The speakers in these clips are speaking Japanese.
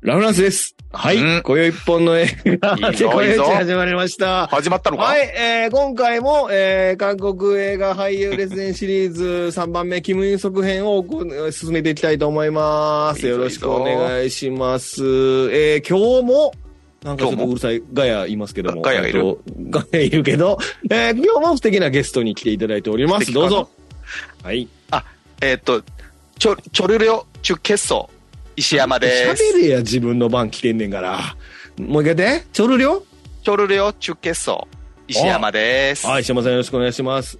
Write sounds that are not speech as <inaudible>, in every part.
ラフランスです。はい。うん今宵一本の映 <laughs> 画、いいぞ今いい宵一ぞ始まりま <laughs> した。始まったのか、はい、えー、今回も、えー、韓国映画俳優列伝シリーズ3番目、キム・インソク編をこう進めていきたいと思います。いいぞよろしくお願いします。えー、今日も、なんかちょっ今日ともうるさいガヤいますけども。ガヤがいるえーと。ガヤいるけど、えー、今日も素敵なゲストに来ていただいております。素敵どかうなぞ。はい。えーっと、ちょ、ちょるりょ、ちゅけっそ、石山です。喋れや、自分の番来てんねんから。もう一回で、チョルリョちょるりょ、ちゅけっそ、石山です。はい、石山さんよろしくお願いします。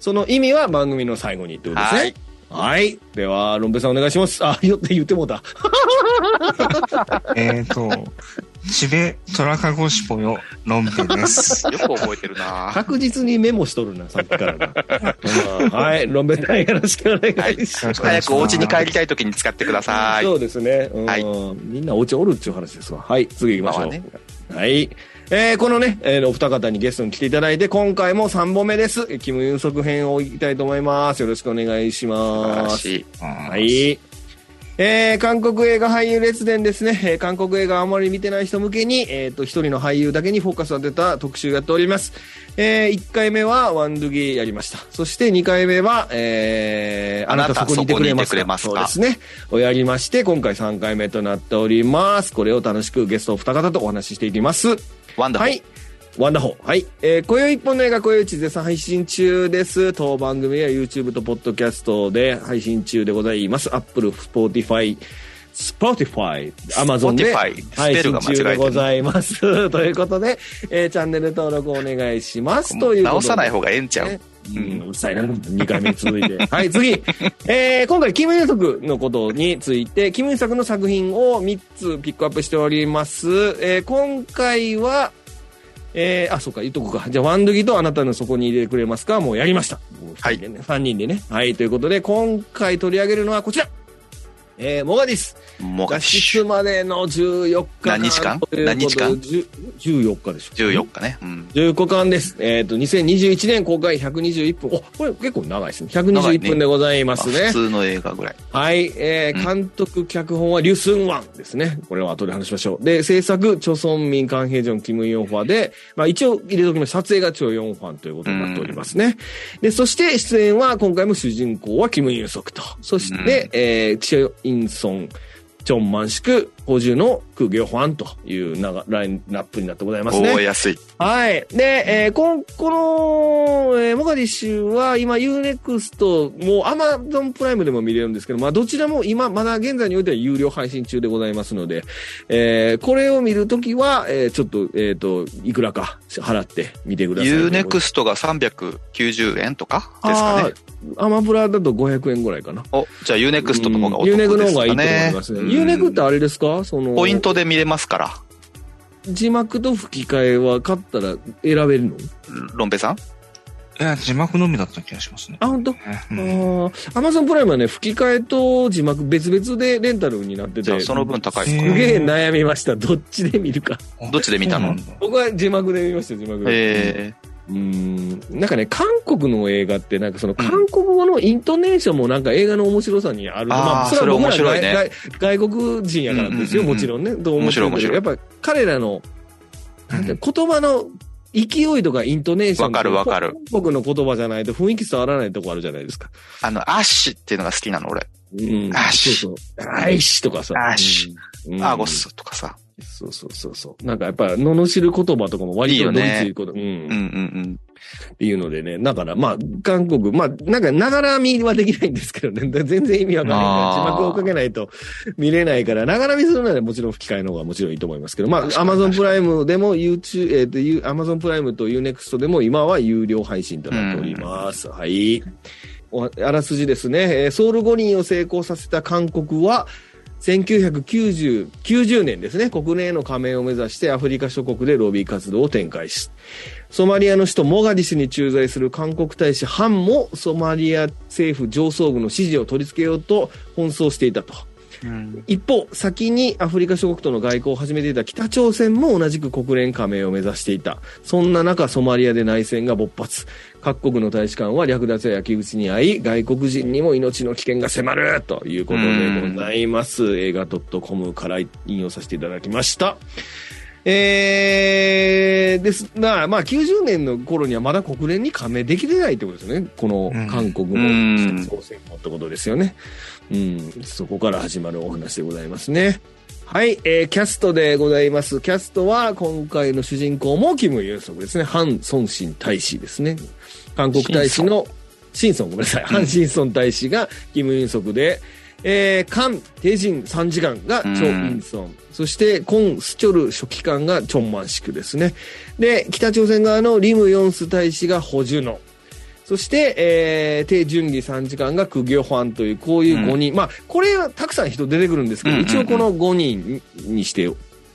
その意味は番組の最後にってことですね。はい。では、ロンペさんお願いします。あ、言って、言ってもうた。えっ、ー、と、チベトラカゴシポよ、ロンペです。よく覚えてるな <laughs> 確実にメモしとるな、さっきから <laughs> な。うんはい、ロンペさんよろしくお願いします。早くお家に帰りたい時に使ってください。そうですね。うん、はいみんなお家おるっていう話ですわ。はい、次行きましょう。今はねはい。えー、このね、えーお二方にゲストに来ていただいて、今回も3本目です。えーキム・ユンソク編をいきたいと思います。よろしくお願いし素晴まらすし。い。はは。い。えー、韓国映画俳優列伝ですね。えー韓国映画あまり見てない人向けに、えっ、と、一人の俳優だけにフォーカスを当てた特集をやっております。え1回目はワンドゥギやりました。そして2回目は、えー、あなたそこにいてくれますかあなたそそうこでにいてくれますかすね。をやりまして、今回3回目となっております。これを楽しくゲストお二方とお話ししていきます。ワンダフはル。い。ワンダホー。はい。えー、今宵一本の映画、今宵一絶賛配信中です。当番組は YouTube と Podcast で配信中でございます。Apple、Spotify、Spotify、Amazon で Spotify 配スペル信が間違え中てるでございます。 <laughs> ということで、えーチャンネル登録お願いします。ということで直さない方がええんちゃう。うん、うるさいな、2回目続いて。 <laughs> はい、次。えー、今回、キム・ユンソクのことについて、キム・ユンソクの作品を3つピックアップしております。えー、今回は、えー、あ、そうか、言っとこうか。じゃあ、ワンドゥギとあなたのそこに入れてくれますかもうやりました。もう二人でね、3人でね。はい、ということで、今回取り上げるのはこちら。えー、モガディス。も脱がし出までの14日間。何日とい間うことで何日間10 ?14 日でしょ。 14日ね。うん。 15巻です。えっ、と、2021年公開121分。お、これ結構長いですね。長い121ね分でございままあす普ね。通の映画ぐらい。はい。えうー、ん監督、脚本はリュスンワンですね。これは後で話しましょう。で、制作、チョソンミン、カンヘイジョン、キム・ヨンファで、まあ一応入れときます。撮影がチョ・ヨンファンということになっておりますね。で、そして出演は、今回も主人公はキム・ユンソクと。そして、えー、チェ・インソン、チョン・マンシク、補充のク・ギョ・ファンというながラインナップになってございますね。覚えやすい。はい。で、えー、こん、この、えー、モガディッシュは今 UNEXT、もう Amazon プライムでも見れるんですけど、まあどちらも今、まだ現在においては有料配信中でございますので、えー、これを見るときは、えー、ちょっと、えっ、と、いくらか払って見てください。ユーネクストが390円とかですかね。ね。アマプラだと500円ぐらいかな。お、じゃあユーネクストの方がお得ユーネでクすかね。の方がいいと思いますね。ユーネクってあれですかその、ポイントで見れますから。字幕と吹き替えは買ったら選べるのロンペさんいや、字幕のみだった気がしますね。あ、本当。うあんーアマゾンプライムはね、吹き替えと字幕別々でレンタルになってじゃあて、その分高いですすかうんげえ悩みました。どっちで見るか。どっちで見たのそうなんだ僕は字幕で見ました、字幕で。えうーん。なんかね、韓国の映画って、なんかその韓国語のイントネーションもなんか映画の面白さにある。あーそれは僕らそれ面白いね外外外国人やからですよ、うんうんうんうんもちろんね。どう思ってるけど、や面っぱ彼らの、なんて言葉の勢いとかイントネーションわかるわかる。韓国の言葉じゃないと雰囲気伝わらないとこあるじゃないですか。ー、あの、アッシュっていうのが好きなの、俺。うん。アシそうそう。アイシとかさ。アシうん。アーゴ。スとかさ。そうそうそうそう。なんかやっぱ、罵る言葉とかも割いいとよドイねツいうこと。ううんうんん。うん。っていうのでね。だからまあ、韓国、まあ、なんか、ながら見はできないんですけどね。 <laughs> 全然意味わかんないからあ、ー字幕をかけないと見れないから、ながら見するならもちろん吹き替えの方がもちろんいいと思いますけど、まあ、確かに Amazon プライムでも YouTube、えっ、と、ゆ Amazon プライムと Unext でも今は有料配信となっております。はい。おあらすじですね、えーソウル五輪を成功させた韓国は、1990 90年ですね、国連への加盟を目指してアフリカ諸国でロビー活動を展開し、ソマリアの首都モガディシュに駐在する韓国大使ハンもソマリア政府上層部の支持を取り付けようと奔走していたと。うん一方、先にアフリカ諸国との外交を始めていた北朝鮮も同じく国連加盟を目指していた。そんな中、ソマリアで内戦が勃発。各国の大使館は略奪や焼き討ちに遭い、外国人にも命の危険が迫るということでございます。映画 .com から引用させていただきました。えー、ですが、まあ、90年の頃にはまだ国連に加盟できてないってことですよね。この韓国うもん戦争戦後ってことですよね。うん、そこから始まるお話でございますね。はい、えーキャストでございます。キャストは今回の主人公もキム・ユンソクですね。ハン・ソンシン大使ですね。韓国大使の、シンソンごめんなさい。ハン・シンソン大使がキム・ユンソクで、えー、カン・テジン参事官がチョ・インソン、そしてコン・スチョル書記官がチョンマンシクですね。で、北朝鮮側のリム・ヨンス大使がホジュノ。そして、えー、テ・ジュンリ参事官がクギョ・ファンという、こういう5人。まあ、これはたくさん人出てくるんですけど、うんうんうん一応この5人にして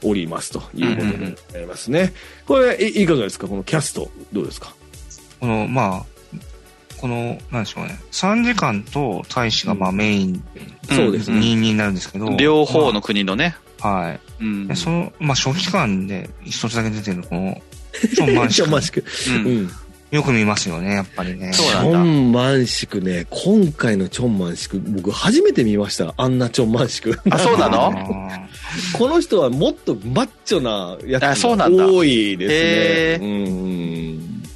おりますということでございますね。これ、いいかがですかこのキャスト、どうですかこの、まあ、この、なんでしょうね。3時間と大使が、まあ、メインうんそうですね。にになるんですけど。両方の国のね。まあ。はい。うんでその、まあ、書記官で一つだけ出てる、この、チョンマンシマンク。シク。ううんん。よく見ますよね、やっぱりね。そうチだョンマンシクね、今回のチョンマンシク、僕初めて見ました。あんなチョンマンシク。あ、そうなのあーこの人はもっとマッチョなやあつそうがなんだ多いですへね。うん。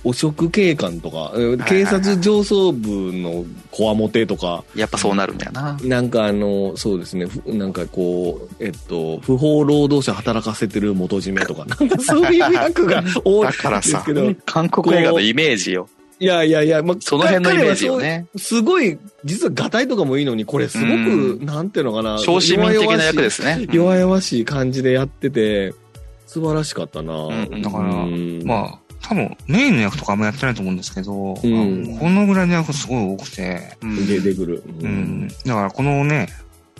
汚職警官とか、えー警察上層部のこわもてとか、やっぱそうなるんだよな。なんかあの、そうですね、ふなんかこう、えっと、不法労働者働かせてる元締めとか、なんかそういう役が <laughs> 多いんだからですさけど、、韓国映画のイメージよ。いやいやいや、まあ、その辺のイメージよ彼はそうね。すごい、実はガタイとかもいいのに、これすごく、うなんていうのかな。小市民的な役ですね。弱々しい。弱々しい感じでやってて、素晴らしかったな、んだからうんまあ、多分、メインの役とかあんまやってないと思うんですけど、んこのぐらいの役すごい多くて、うん出てくる。ううん。だから、このね、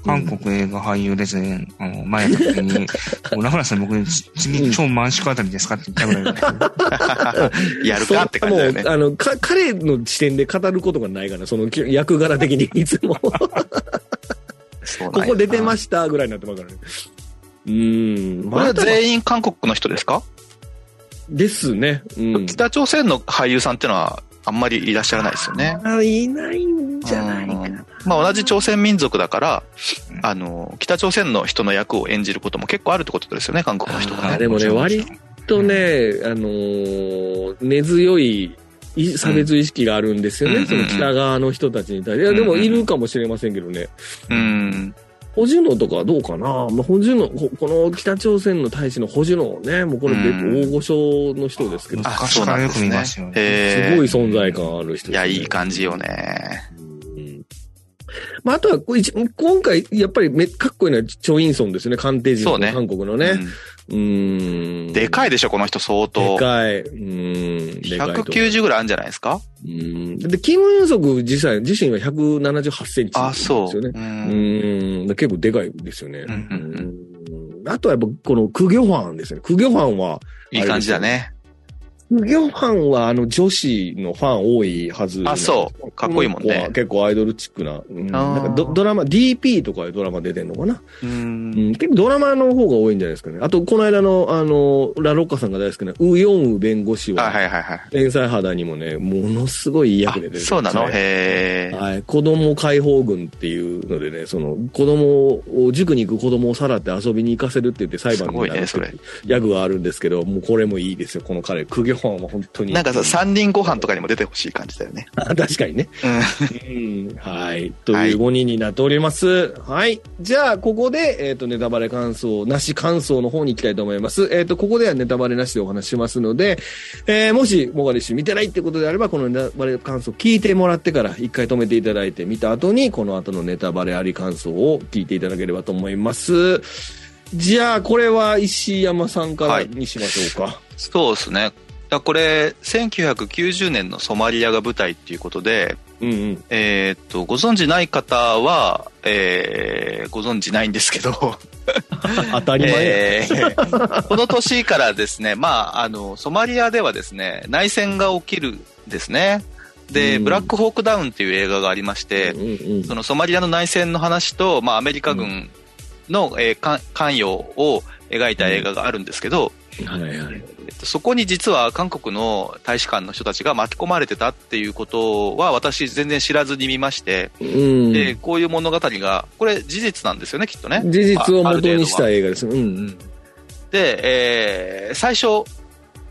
韓国映画俳優レジェンド、あの、前の時に、小田原さん僕に、次、超満縮あたりですかって言ったぐらいだけど。やるかって感じだよねそ。うもうあの、か、彼の視点で語ることがないから、そのき役柄的にい <laughs> つも、こここ出てましした、ぐらいになってますからね。うん。これは全員韓国の人ですか、ですね。うん。北朝鮮の俳優さんってのはあんまりいらっしゃらないですよね。あいないんじゃないかう。なんまあ同じ朝鮮民族だから、あの、北朝鮮の人の役を演じることも結構あるってことですよね、韓国の人があね。でもね割とね、あのー根強いい差別意識があるんですよね、うんその北側の人たちに対して。いや、でもいるかもしれませんけどね。うん。補充のとかどうかな、まあ、補充のこ、この北朝鮮の大使の補充のね、もうこれ別うん大御所の人ですけど、あす昔からよく見ますよねへごいー存在感ある人ですね、いや、いい感じよね。うん。まあ、あとはこう一、今回、やっぱりめかっこいいのはチョ・インソンですよね、官邸人そうね韓国のね。うん。うんでかいでしょ、この人相当で。かい。うん。でかいと思う190ぐらいあるんじゃないですかうん。で、キム・ユンソク自身自身は178センチ、あ、そう。ですよね。ううんん。結構でかいですよね。ううんんううんあとはやっぱこのクギョファンですね。クギョファンは、いい感じだね。クギョファンはあの女子のファン多いはず。あ、そう。かっこいいもんこの子はね。結構アイドルチックな。うん、あなーんかドドラマ、DP とかいうドラマ出てんのかな、うう。んん、結構ドラマの方が多いんじゃないですかね。あと、この間の、あの、ラロッカさんが大好きな、ウ・ヨンウ弁護士は、あ、はいはいはい。天才肌にもね、ものすごいいい役で出てあるそうなのはいへえ。はい。子供解放軍っていうのでね、その、子供を、塾に行く子供をさらって遊びに行かせるって言って裁判になるってすごいね役があるんですけど、もうこれもいいですよ、この彼。クゲホンは本当に。なんかさ、三人ご飯とかにも出てほしい感じだよね。あ <laughs> 確かにね。うん。はい。という5人になっております。はい。じゃあ、ここで、えっ、と、ネタバレ感想なし感想の方に行きたいと思います。えっ、と、ここではネタバレなしでお話ししますので、えーもし、モガディッシュ見てないってことであれば、このネタバレ感想聞いてもらってから、一回止めていただいて、見た後に、この後のネタバレあり感想を聞いていただければと思います。じゃあ、これは石山さんからにしましょうか。そうですね。だこれ、1990年のソマリアが舞台っていうことで、うんうん。えーっと、ご存知ない方は、えーご存知ないんですけど、当たり前や。えーこの年からですね、まあ、あの、ソマリアではですね、内戦が起きるんですね。で、うんブラックホークダウンっていう映画がありまして、うんうんそのソマリアの内戦の話と、まあ、アメリカ軍の、えーか関与を描いた映画があるんですけど、はいはい。えっとそこに実は韓国の大使館の人たちが巻き込まれてたっていうことは私全然知らずに見まして、うん。でこういう物語がこれ事実なんですよねきっとね事実をああ元る程度にはした映画です。うんうん。で、えー最初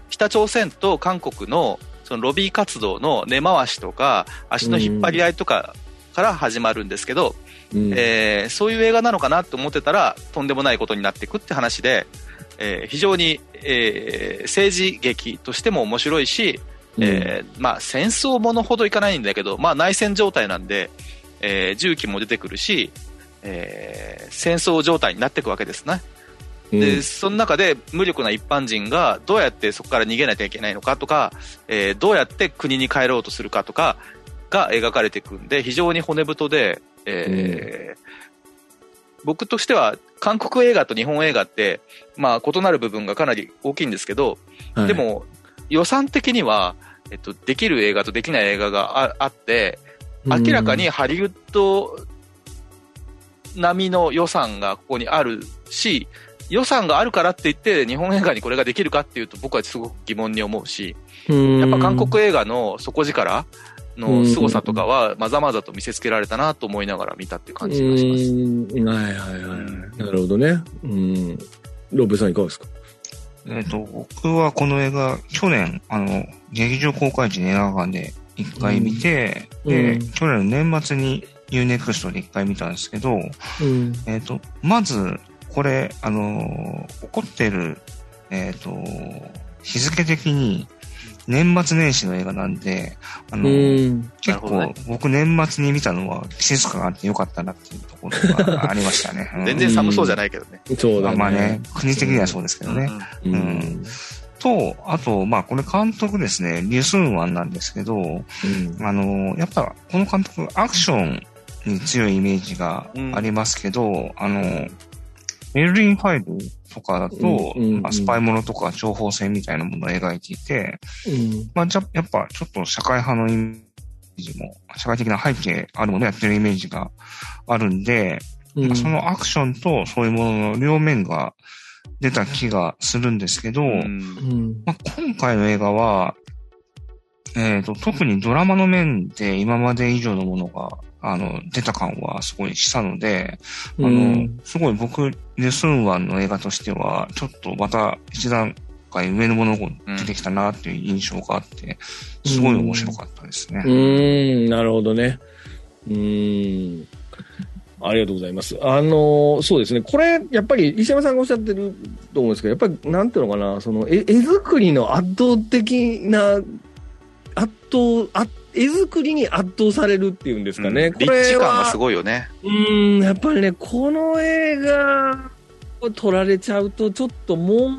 北朝鮮と韓国のそのロビー活動の根回しとか足の引っ張り合いとかから始まるんですけど、うんえーそういう映画なのかなと思ってたらとんでもないことになっていくって話で、えー非常に、えー政治劇としても面白いし、えーまあ、戦争ものほどいかないんだけど、まあ、内戦状態なんで、えー銃器も出てくるし、えー戦争状態になっていくわけですね。うんで、その中で無力な一般人がどうやってそこから逃げなきゃいけないのかとか、えーどうやって国に帰ろうとするかとかが描かれていくんで、非常に骨太で、えー僕としては韓国映画と日本映画って、まあ異なる部分がかなり大きいんですけど、はいで、も予算的には、えっと、できる映画とできない映画がああって、うん明らかに、ハリウッド並みの予算がここにあるし、予算があるからって言って日本映画にこれができるかっていうと僕はすごく疑問に思うし、ややっぱ韓国映画の底力の凄さとかはまざまざと見せつけられたなと思いながら見たっていう感じがします。うんはいはいはい。なるほどね。うん。ロブさんいかがですかえっ、と、僕はこの映画、去年、あの、劇場公開時に映画館で一回見て、うんで、うん去年の年末に UNEXT で一回見たんですけど、うん。えっ、と、まず、これ、あの、怒ってる、えっ、と、日付的に、年末年始の映画なんで、あの、うん。結なるほど構ね、僕年末に見たのは季節感があってよかったなっていうところがありまし <laughs> たね。うん全然寒そうじゃないけどね。そうだまあね。まあね、国的にはそうですけどね。うん。うんと、あと、まあこれ監督ですね、リュスンワンなんですけど、あの、やっぱこの監督アクションに強いイメージがありますけど、あの、ベルリンファイルとかだと、うんうんうんまあスパイものとか情報戦みたいなものを描いていて、うん。まあ、じゃ、やっぱちょっと社会派のイメージも、社会的な背景あるものをやってるイメージがあるんで、うまあん。そのアクションとそういうものの両面が出た気がするんですけど、うんうんまあ、今回の映画は、えっ、と、特にドラマの面で今まで以上のものが、あの、出た感はすごいしたので、あうのん、すごい僕、レスンワンの映画としては、ちょっとまた一段階上のものが出てきたなっていう印象があって、うんすごい面白かったですね。うーん、なるほどね。うーん。ありがとうございます。あの、そうですね。これ、やっぱり、石山さんがおっしゃってると思うんですけど、やっぱり、なんていうのかな、その、絵絵作りの圧倒的な、圧倒、あ絵作りに圧倒されるっていうんですかね。リッチ感がすい。ごいよね。うーん、やっぱりね、この映画を撮られちゃうと、ちょっともう、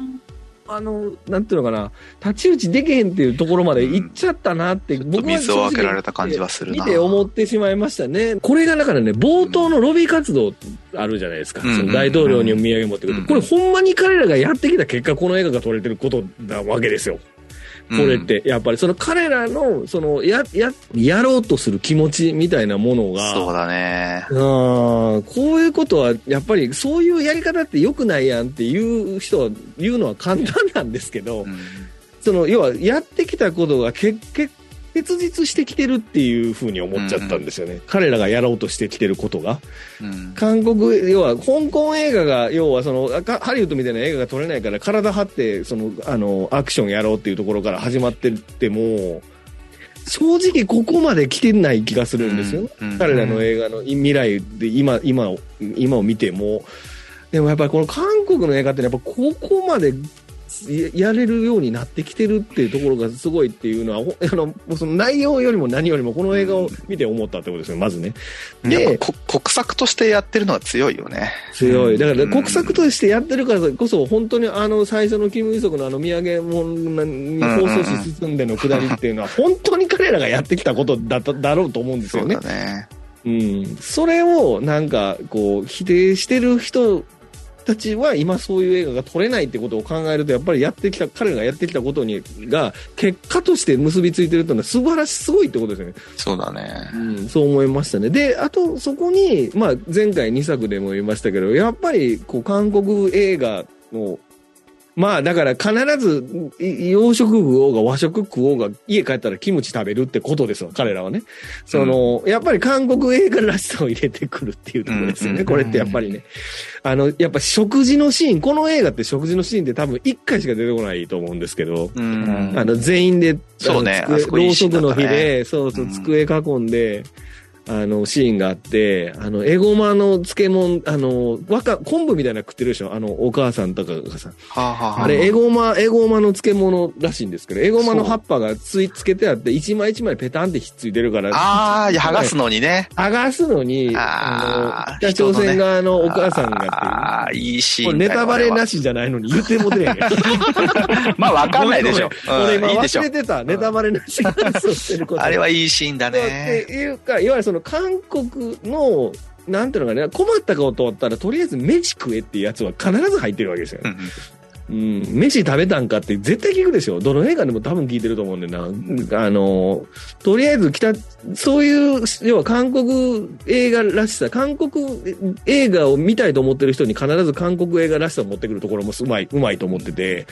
あの、なんていうのかな、太刀打ちできへんっていうところまで行っちゃったなって、僕は水を開けられた正直感じはするな。見て思ってしまいましたね。これがだからね、冒頭のロビー活動あるじゃないですか。うんその大統領にお土産持ってくうる。んこれほんまに彼らがやってきた結果、この映画が撮れてることなわけですよ。これって、やっぱりその彼らの、その、や、や、やろうとする気持ちみたいなものうん。が、そうだね。うんこういうことは、やっぱりそういうやり方って良くないやんっていう人は、言うのは簡単なんですけど、うその、要はやってきたことがけ、け、結実してきてるっていうふうに思っちゃったんですよね。彼らがやろうとしてきてることが。んうん韓国、要は香港映画が、要はその、あかハリウッドみたいな映画が撮れないから、体張って、その、あの、アクションやろうっていうところから始まってっても、正直ここまで来てない気がするんですよね。うん彼らの映画のい未来で今今を今を見てもでもやっぱりこの韓国の映画ってやっぱここまでややれるようになってきてるっていうところがすごいっていうのはほ <laughs> あのもうその内容よりも何よりもこの映画を見て思ったってことですねまずね。うんやっでぱこ国策としてやってるのは強いよね。強うい。んだからうん国策としてやってるからこそ、本当にあの最初のキム・イソクのあの土産物に放送し進んでのくだりっていうのは、本当に彼らがやってきたことだっただろうと思うんですそようねだ。ね。うん、それをなんかこう否定してる人たちは今そういう映画が撮れないってことを考えると、やっぱりやってきた、彼らがやってきたことに、が、結果として結びついてるってのは素晴らしい、すごいってことですよね。そうだね。うん、そう思いましたね。で、あと、そこに、まあ、前回2作でも言いましたけど、やっぱり、こう、韓国映画の、まあ、だから必ず、い洋食食おうが和食食おうが、家帰ったらキムチ食べるってことですわ、彼らはね。その、やっぱり韓国映画らしさを入れてくるっていうところですよね、うんこれってやっぱりね。あの、やっぱ食事のシーン、この映画って食事のシーンって多分1回しか出てこないと思うんですけど、ううんん。あの、全員で、そうねあの机あそこいろいうシーそンだくったねの火で、そうそうう、ん机囲んで、あの、シーンがあって、あの、エゴマの漬物、あの、わか、昆布みたいなの食ってるでしょあの、お母さんとかがさ。はあ、はあれ、エゴマ、エゴマの漬物らしいんですけど、エゴマの葉っぱがついつけてあって、一枚一枚ペタンってひっついてるから、ああ、いや、剥がすのにね。剥がすのに、あーあの、北朝鮮側のお母さんがっていう。ああ、いいシこーれンだネよ。タバレなし。しじゃないのに言ってもてへんやん。まあ、わかんないでしょ。ごめんごめんうんいい <laughs> 俺でし今ょ忘れ。てた。ネタバレなしで話をしてること。あれはいいシーンだってね。いうか、いわゆるその韓国の、なんていうのかね、困った顔と思ったら、とりあえず飯食えっていうやつは必ず入ってるわけですようね。んうんうん、飯食べたんかって絶対聞くでしょ。どの映画でも多分聞いてると思うんだよな。あの、とりあえず北、そういう、要は韓国映画らしさ、韓国映画を見たいと思ってる人に必ず韓国映画らしさを持ってくるところもうまい、うまいと思ってて。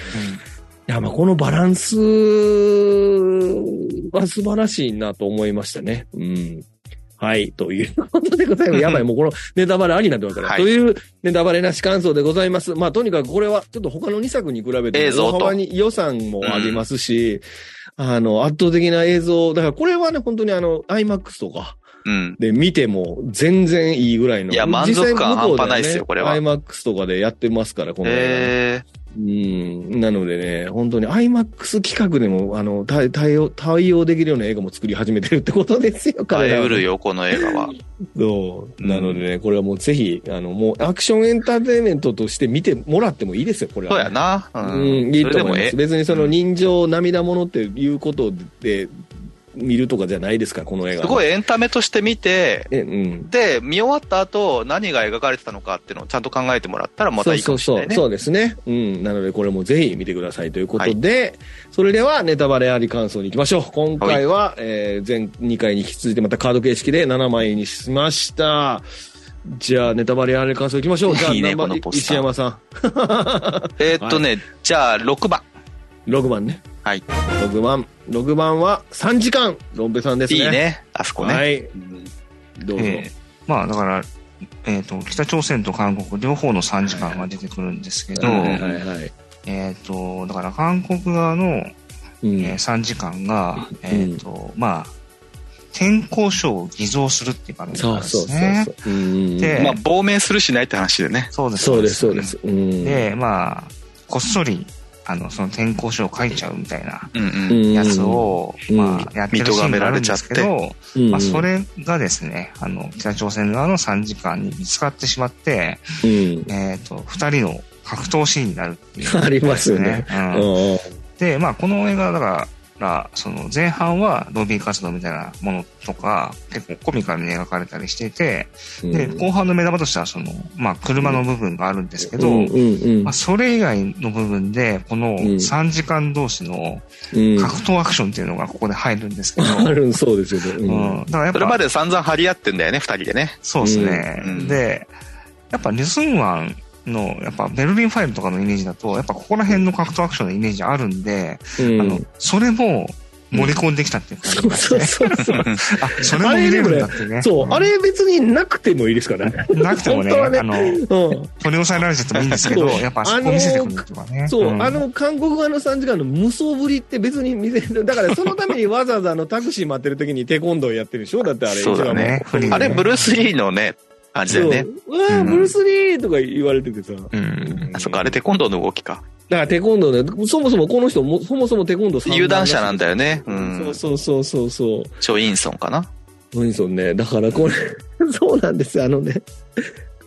いや、まあ、このバランスは素晴らしいなと思いましたね。うん。はい。ということでござい <laughs> ます。やばい。もうこのネタバレありなんてわからな。はいいというネタバレなし感想でございます。まあ、とにかくこれは、ちょっと他の2作に比べて、映像大と幅に予算もありますし、あの、圧倒的な映像。だからこれはね、本当にあの、IMAX とかうん。で見ても全然いいぐらいの。いや満足感実際向こうで半端ないっすよこれはね IMAX とかでやってますから、この映画ねえうん、なのでね、本当に IMAX 企画でも、あの、対対応、対応できるような映画も作り始めてるってことですよ、えー、耐えうるよ。よ、この映画は。そう。うんなのでね、これはもうぜひ、あの、もうアクションエンターテインメントとして見てもらってもいいですよ、これは。そうや。な。う。うんん、いいそれでと思もいまえす。別にその人情、涙ものっていうことで見るとかじゃないですから、この映え、画。すごい。いエンタメとして見て、え、うん。で、見終わった後、何が描かれてたのかっていうのをちゃんと考えてもらったらまたいいかもしれないね。そうそうそう。そうですね。うん。なので、これもぜひ見てくださいということで、それではネタバレあり感想に行きましょう。今回は、えー前2回に引き続いてまたカード形式で7枚にしました。じゃあ、ネタバレあり感想行きましょう。じゃあ、 <laughs> いいねナンバーこのポスタ石ー山さえーっとね、じゃあ6番。ん。6番ね。はい。 6番。6番は3時間。ロンペさんですね。いいね。あそこね。はい。うんどうぞ。ええまあ、だから、えっ、と、北朝鮮と韓国両方の3時間が出てくるんですけど、はいはいはい。えっ、と、だから韓国側の、うんえ3時間が、えっ、と、まあ、天候書を偽造するっていう感じなんそうそでうすそうねそ。う。うんでまあ、亡命するしないって話でね。そうです、そうです、そうで。す。うん。で、まあ、こっそり、あの、その天候書を書いちゃうみたいなうんうん。うんやつ、を、うんまあ、やってるシーンがあるんですけ認ど、うんまあ、そ、れがですね、あの、北朝鮮側の3時間に見つかってしまって、うん。 <laughs> えっ、と、2人の格闘シーンになるっていう、ありますよね。うんうんで、まあ、この映画だから、その前半はロビー活動みたいなものとか、結構コミカルに描かれたりしていて、で、後半の目玉としては、その、まあ、車の部分があるんですけど、うんうんうんまあ、それ以外の部分で、この3時間同士のうん格闘アクションっていうのがここで入るんですけど、あるんそうですよね。ううんん、だからやっそれまぱ、で散々張り合ってんだよね、二人でね。そうですね、うんうんで、やっぱリスンワンの、やっぱベルリンファイルとかのイメージだと、やっぱここら辺の格闘アクションのイメージあるんで、うんあの、それも盛り込んできたっていう感そじうです <laughs> そうね。そうそう。あ、それも見れるんだっていうね。そう、あれ別になくてもいいですから <laughs> ね。なくても本ね、当はねあの、うん。取り押さえられちゃってもいいんですけど、そうやっぱあそこ見せてくるとかね。そう、んあ、の、韓国側の3時間の無双ぶりって別に見せる。だからそのためにわざわざあのタクシー待ってる時にテコンドーやってるでしょだってあれ、そうだね一番もうあれ、ブルース・リーのね、感じだよね。そううわーうんブルース・リーとか言われててさ。うん。あそっか、あれテコンドーの動きか。だからテコンドーね、そもそもこの人も、そもそもテコンドー三段有段者なんだよね。う。そうんそうそうそうそう。チョ・インソンかな。 <laughs> ロビンソンね、だからこれ、そうなんですよ、あのね、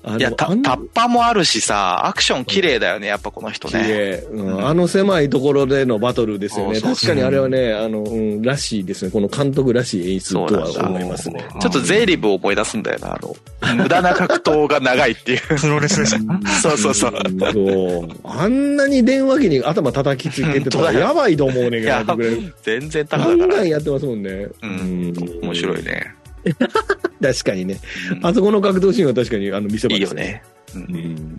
あいや、たあんタッパもあるしさ、アクション綺麗だよね、やっぱこの人綺ね。麗、うんあの狭いところでのバトルですよね。そう確そうかにあれはね、あの、うん、らしいですね。この監督らしい演出とそうはなんだ思いますね。ちょっと税理部を思い出すんだよな、あの、無駄な格闘が長いっていう。プロレスですかそうそうそう。んそうあんなに電話機に頭叩きつけてたら、本当だよやばいと思うねんけど、や監督ね全然高ガだンかガら。ンやってますもんね。ううんん面白い。ね。確かにね。うんあそこの格闘シーンは確かにあの見せ場いいでよすね。ね。うんう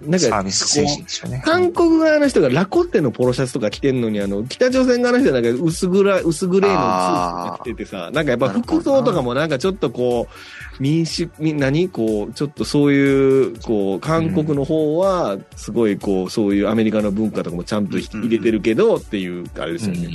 んなんサかー、ビス精神でしょうね。韓国側の人がラコッテのポロシャツとか着てんのに、あの、北朝鮮側の人はなんか薄グラ、薄グレーのスーツとか着ててさ、なんかやっぱ服装とかもなんかちょっとこう、民主、み何こう、ちょっとそういう、こう、韓国の方は、すごいこう、そういうアメリカの文化とかもちゃんとひうん入れてるけど、っていう、あれですよね。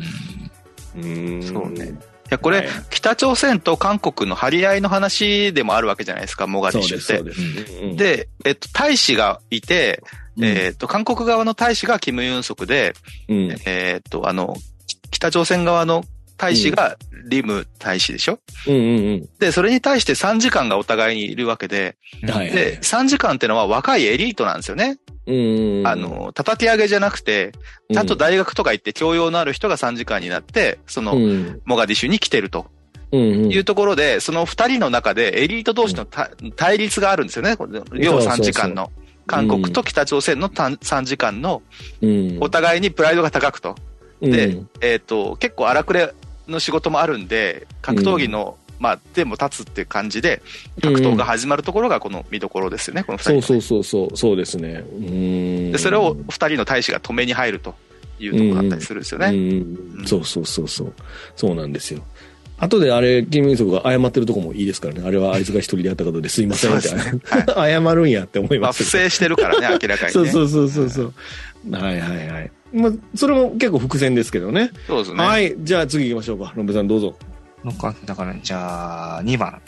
ううん。そうね。いや、こはいれ、北朝鮮と韓国の張り合いの話でもあるわけじゃないですか、モガデそィうシです、そュってう。です。うん、で、えっと、大使がいて、えっと、韓国側の大使がキム・ユンソクで、うん、えっと、あの、き北朝鮮側の大使がリム大使でしょうん、うん、で、それに対して3時間がお互いにいるわけで、うん。はい。で、3時間ってのは若いエリートなんですよね。うん、うん。あ、の、叩き上げじゃなくて、ちゃんと、大学とか行って教養のある人が3時間になって、その、うん、モガディシュに来てると。うん、うん。いうところで、その二人の中でエリート同士のた対立があるんですよね。このそ両うそうそう3時間の。韓国と北朝鮮の3時間の、うん、お互いにプライドが高くと。でうん、えっ、と、結構荒くれの仕事もあるんで、格闘技の、まあ、でも立つっていう感じで、格闘が始まるところがこの見どころですよね、この二人そのうそうそうそう、そうですね。うん。で、それを二人の大使が止めに入るというところだったりするんですよね。うんそうそうそうそう。そうなんですよ。後であれ、キム・イルソクが謝ってるとこもいいですからね。あれはあいつが一人でやったことですいませんって。そうですね <laughs> 謝るんやって思いまあ、ま不す。正してるから <laughs> ね、明らかにね。そうそうそうそうそう。はいはいはい。まあ、それも結構伏線ですけどね。そうですね。はい。じゃあ次行きましょうか。ロンペさんどうぞ。んなんか、だから、じゃあ、2番。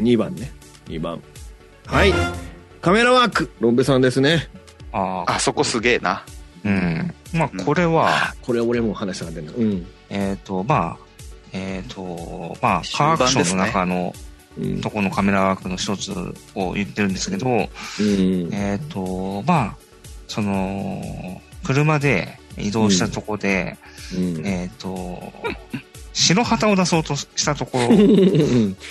2番ね。2番。はい。カメラワーク。ロンペさんですね。ああ、あそこすげえな。うん。まあ、これは、これ俺も話したかったな。うん。えっと、まあ、えっと、まあ、カーアクションの中のうんとこのカメラワークの一つを言ってるんですけど、うん。えっと、まあ、その、車で移動したとこで、うんえっと、白旗を出そうとしたとこうろん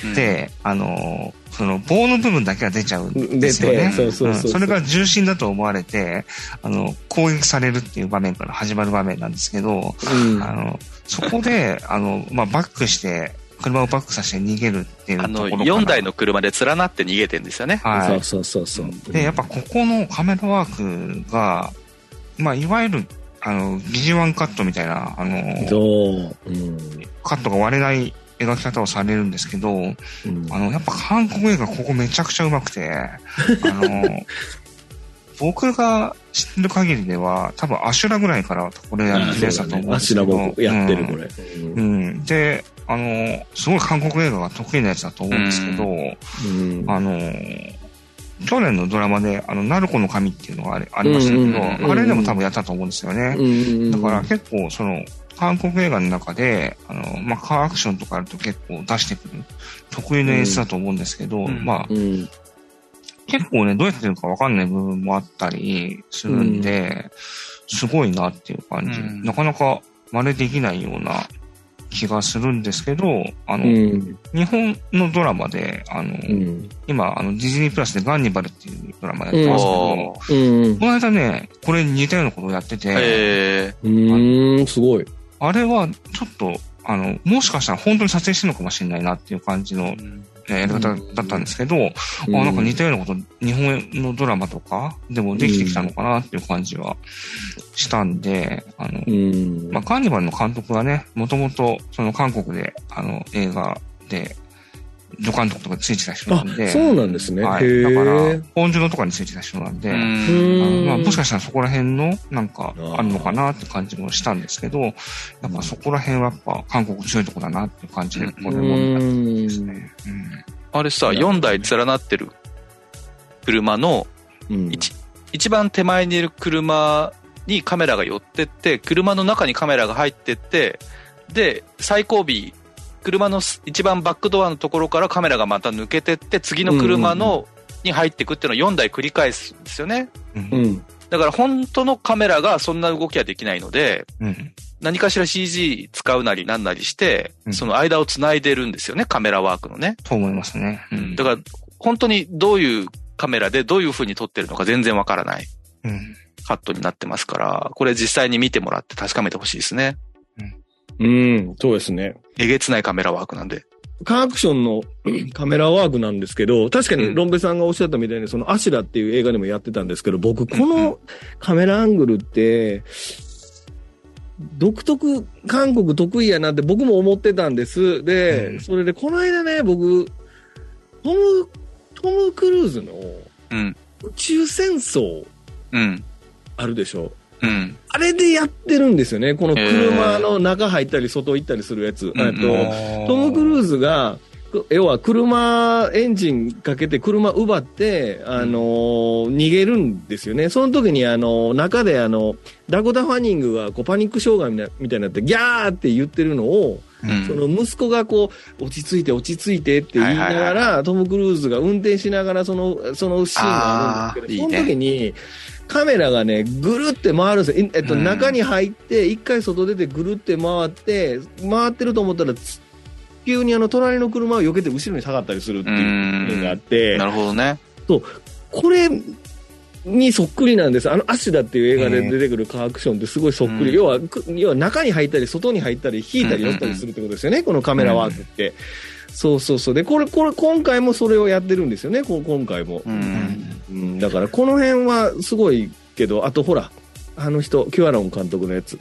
うん、で、あの、その棒の部分だけが出ちゃうんで出すよねて、。そうそうそううんそれが重心だと思われて、あの、攻撃されるっていう場面から始まる場面なんですけど、うんあの、そこで、あの、まあ、バックして、車をバックさせて逃げるっていうあところの、かな4台の車で連なって逃げてんですよね。はそうい。そうそうそう。で、やっぱここのカメラワークが、まあ、いわゆる、あの、疑似ワンカットみたいな、あの、そう。うん。カットが割れない描き方をされるんですけど、うんあの、やっぱ韓国映画ここめちゃくちゃうまくて、あ <laughs> の、僕が知ってる限りでは、多分アシュラぐらいからこれやってるやつだと思うんあですけど。白僕やってる、うんこれ。ううんん。で、あの、すごい韓国映画が得意なやつだと思うんですけど、うんあの、去年のドラマで、あの、ナルコの神っていうのがありありましたうんうんけうんど、あれでも多分やったと思うんですよね。うんだから結構、その、韓国映画の中で、あの、まあ、カーアクションとかあると結構出してくる、得意の演出だと思うんですけうど、んまあう、ん。結構ね、どうやってるかわかんない部分もあったりするんで、すごいなっていう感じ。うんなかなか真似できないような気がするんですけど、あの、うん。日本のドラマで、あの、うん。今、あの、ディズニープラスでガンニバルっていうドラマやっうてんますけど、おーうんこの間ね、これに似たようなことをやってて、えうん。すごい。あれはちょっと、あの、もしかしたら本当に撮影してるのかもしれないなっていう感じの、ねーやり方だったんですけど、うあなんか似たようなこと、日本のドラマとかでもできてきたのかなっていう感じはしたんで、あのう、ん。まあ、カーニバルの監督はね、もともと、その韓国で、あの、映画で、助監督とかついてた人なあんで、、そうなんですね。へはい。だからえ。、本場のとかについてた人なんで、うんあのうんまあ、もしかしたらそこら辺のなんかあーあるのかなって感じもしたんですけど、やっぱそこら辺はやっぱ韓国強いとこだなっていう感じで、これも見たですね。あれさ、なるほど4台連なってる車のうん一一番手前にいる車にカメラが寄ってって、車の中にカメラが入ってって、で、最後尾、車のす一番バックドアのところからカメラがまた抜けてって、次の車の、に入っていくっていうのを4台繰り返すんですよね。うん。うん。だから本当のカメラがそんな動きはできないので、うん。何かしら CG 使うなりなんなりしてう、んその間を繋いでるんですよね、カメラワークのね。と思いますね。うん。だから、本当にどういうカメラでどういう風に撮ってるのか全然わからないうん。カットになってますから、これ実際に見てもらって確かめてほしいですね。うん、そうですね。えげつないカメラワークなんで。カーアクション <clears throat> のカメラワークなんですけど、確かうにんロンベさんがおっしゃったみたいに、そのアシュラっていう映画でもやってたんですけど、僕、このカメラアングルって、独特、韓国得意やなって僕も思ってたんです。で、うんそれでこの間ね、僕、トム、トム・クルーズのうん。宇宙戦争うん。あるでしょ。うん。あれでやってるんですよね。この車の中入ったり外行ったりするやつ。うんえっとトム・クルーズが、く要は車、エンジンかけて車奪って、あのー逃げるんですよね。その時に、あのー中で、あの、ダコタ・ファニングがこうパニック障害みたいみたいになって、ギャーって言ってるのを、うそん。の息子がこう、落ち着いて落ち着いてって言いながはいはら、トム・クルーズが運転しながら、その、そのシーンがあるんですけど、あーいいねその時に、カメラがね、ぐるって回るんですよ。いえっと、うん中に入って、一回外出てぐるって回って、回ってると思ったら、つ急にあの、隣の車を避けて後ろに下がったりするっていうのがあってな、るほどね。これ、にそっくりなんです。あの、アシュラっていう映画で出てくるカーアクションってすごいそっくり。うん要は、く要は中に入ったり、外に入ったり、引いたりうんうんうん寄ったりするってことですよね、このカメラワークって。そうそうそう。で、これ、これ、今回もそれをやってるんですよね、こ今回も。う。うんん。うんだから、この辺はすごいけど、あとほら、あの人、キュアロン監督のやつ。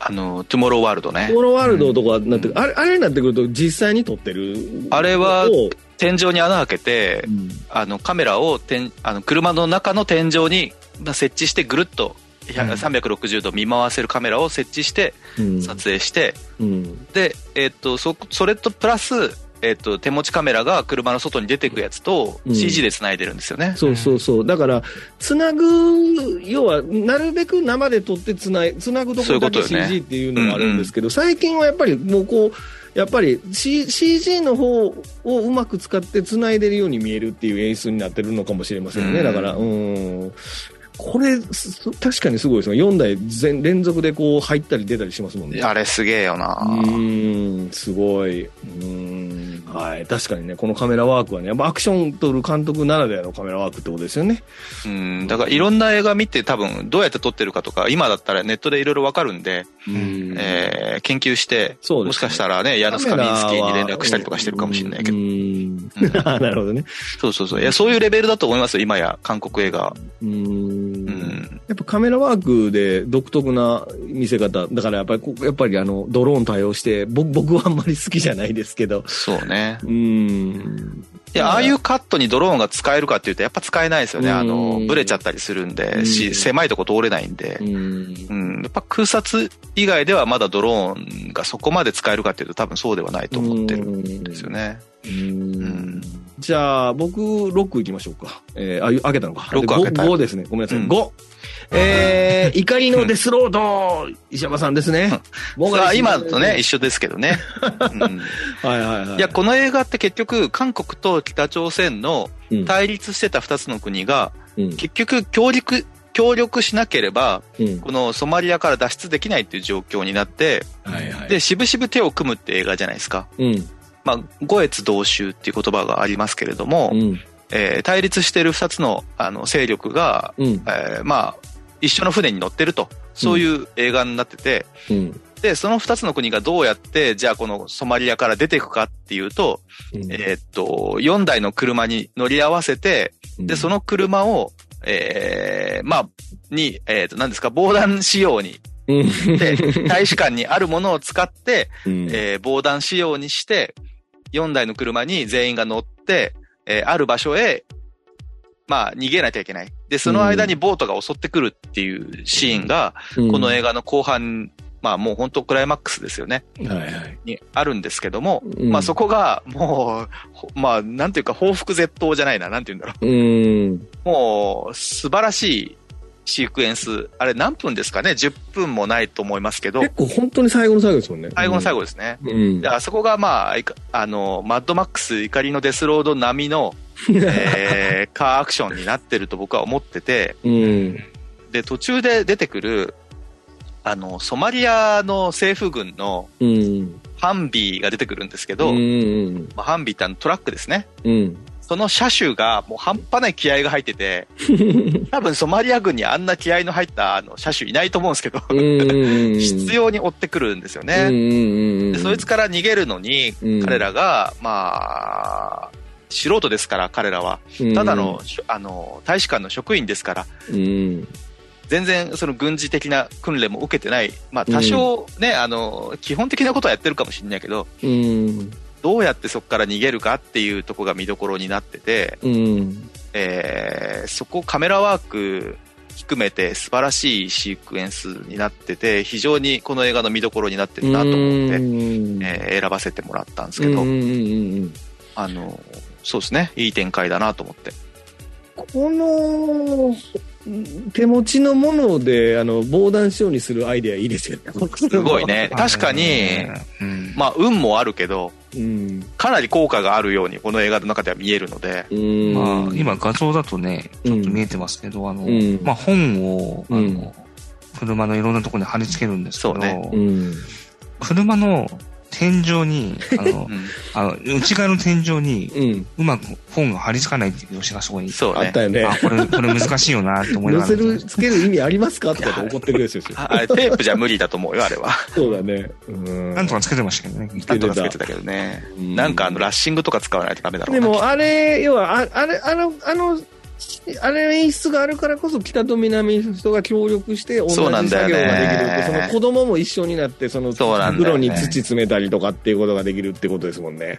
あの、トゥモローワールドねオ。ーロワールドとかになってくうんあれ、あれになってくると実際に撮ってる。あれはを天井に穴開けて、あの、カメラを天、あの、車の中の天井にまあ設置してぐるっと、100うん360度見回せるカメラを設置してうん撮影して、うんで、えっと、そ、それとプラス、えっと、手持ちカメラが車の外に出てくやつとうん CG で繋いでるんですよね。そうそうそう。だから、つなぐ、要は、なるべく生で撮ってつない、つなぐところだけそういうことよね CG っていうのもあるんですけど、最近はやっぱりもうこう、やっぱり、C、CG の方をうまく使ってつないでるように見えるっていう演出になってるのかもしれませんね。うんだから、うん。これ、す確かにすごいですね。4台全連続でこう入ったり出たりしますもんね。あれすげえよなうーん、すごい。うーん。はい。確かにね、このカメラワークはね、やっぱアクション撮る監督ならではのカメラワークってことですよね。うん、だからいろんな映画見て多分どうやって撮ってるかとか、今だったらネットでいろいろわかるんで、うんえー研究して、そうですねもしかしたらね、ヤノスカミンスキーに連絡したりとかしてるかもしれないけど。ううんんなるほどね。そうそうそう。いや、そういうレベルだと思いますよ、今や、韓国映画。うんうん。やっぱカメラワークで独特な見せ方。だからやっぱりこ、やっぱりあの、ドローン対応して、僕、僕はあんまり好きじゃないですけど。そうね。うん。いや、ああいうカットにドローンが使えるかっていうと、やっぱ使えないですよね。うんあの、ブレちゃったりするんうで、んし、狭いとこ通れないんでう。ん。うん、やっぱ空撮以外ではまだドローンがそこまで使えるかっていうと多分そうではないと思ってるんんですよ。ね。うん。じゃあ、僕、6いきましょうか。えー、あ、開けたのか。ロック開けた5ですね。ごめんなさい。うん5。えー、怒りのデスロード、石山さんですね。僕さがあ今とね、一緒ですけど <laughs> ね。うんはいはいはい。いや、この映画って結局、韓国と北朝鮮のうん対立してた2つの国が、うん結局協力、協力しなければ、うんこのソマリアから脱出できないっていう状況になって、はいはい。で、渋々手を組むって映画じゃないですか。うん。まあ、五越同州っていう言葉がありますけれども、うん。えー対立してる2つのあの勢力が、うん。えーまあ、一緒の船に乗ってると、そういう映画になってて、うん。で、その2つの国がどうやって、じゃあこのソマリアから出ていくかっていうと、えーっと、4台の車に乗り合わせて、で、その、の車を、えーまあ、に、えーっと、何ですか、防弾仕様に、 <laughs> で、大使館にあるものを使って、えー防弾仕様にして、4台の車に全員が乗って、えーある場所へ、まあ、逃げなきゃいけない。で、その間にボートが襲ってくるっていうシーンが、この映画の後半、まあ、もう本当クライマックスですよね。画はいはい。にあるんですけども、うんまあそこがもう、ほまあなんていうか報復絶倒じゃないな、なんていうんだろうん。う。もう素晴らしいシークエンス。あれ何分ですかね ?10 分もないと思いますけど結、構本当に最後の最後ですもんね。最後の最後。後ですね。うん <laughs> で。あそこがまあ、いかあの、マッドマックス怒りのデスロード並みのえーカーアクションになってると僕は思ってて、うん。で、途中で出てくる、あの、ソマリアの政府軍のうん。ハンビーが出てくるんですけうど、んうんまあ、ハンビーってあのトラックですね。うん。その車種がもう半端ない気合が入ってて、 <laughs> 多分ソマリア軍にあんな気合の入ったあの車種いないと思うんですけど、うん。うん。必要に追ってくるんですようんね。うんうん。でそいつから逃げるのに、うん彼らが、まあ、素人ですから、彼らは。うんただの、、しょあの、大使館の職員ですから、うん。全然その軍事的な訓練も受けてない。まあ、多少ね、あの、基本的なことはやってるかもしれないけど、うん。どうやってそこから逃げるかっていうとこが見どころになってて、うん。えーそこカメラワーク含めて素晴らしいシークエンスになってて、非常にこの映画の見どころになってるなと思って、うん。えー選ばせてもらったんですうけんど、うんうんうん。あの、そうですね、いい展開だなと思って。この、手持ちのもので、あの、防弾仕様にするアイデアいいですよね。すごい。ね。確かに、うん、まあ、運もあるけど、うん。かなり効果があるように、この映画の中では見えるので、うん。まあ、今画像だとね、うん、うん、見えてますけど、あの、うんまあ本を、あの、うん車のいろんなところに貼り付けるんですけど、そうねうん。車の天井に、あ <laughs> のう、んあの内側の天井にうん。うまく本が貼り付かないっていう表紙がそこに。そうあっね。たよね。あ、これ、これ難しいよなって思いな乗がらせ見てまる、した。つける意味ありますかとかって怒ってくるでしょ。ああれテープじゃ無理だと思うよ、あれ <laughs> は。そうだね。うん。なんとかつけてましたけどね。たなんとかつけてたけどね。うんなんかあの、ラッシングとか使わないとダメだろでうな。も、あれ、要は、ああれ、あの、あの、あれ演出があるからこそ北と南の人が協力して同じそう作業がなでんきだよるねってその子供も一緒になってそのそうなんだ袋よねに土詰めたりとかっていうことができるってことですもんね。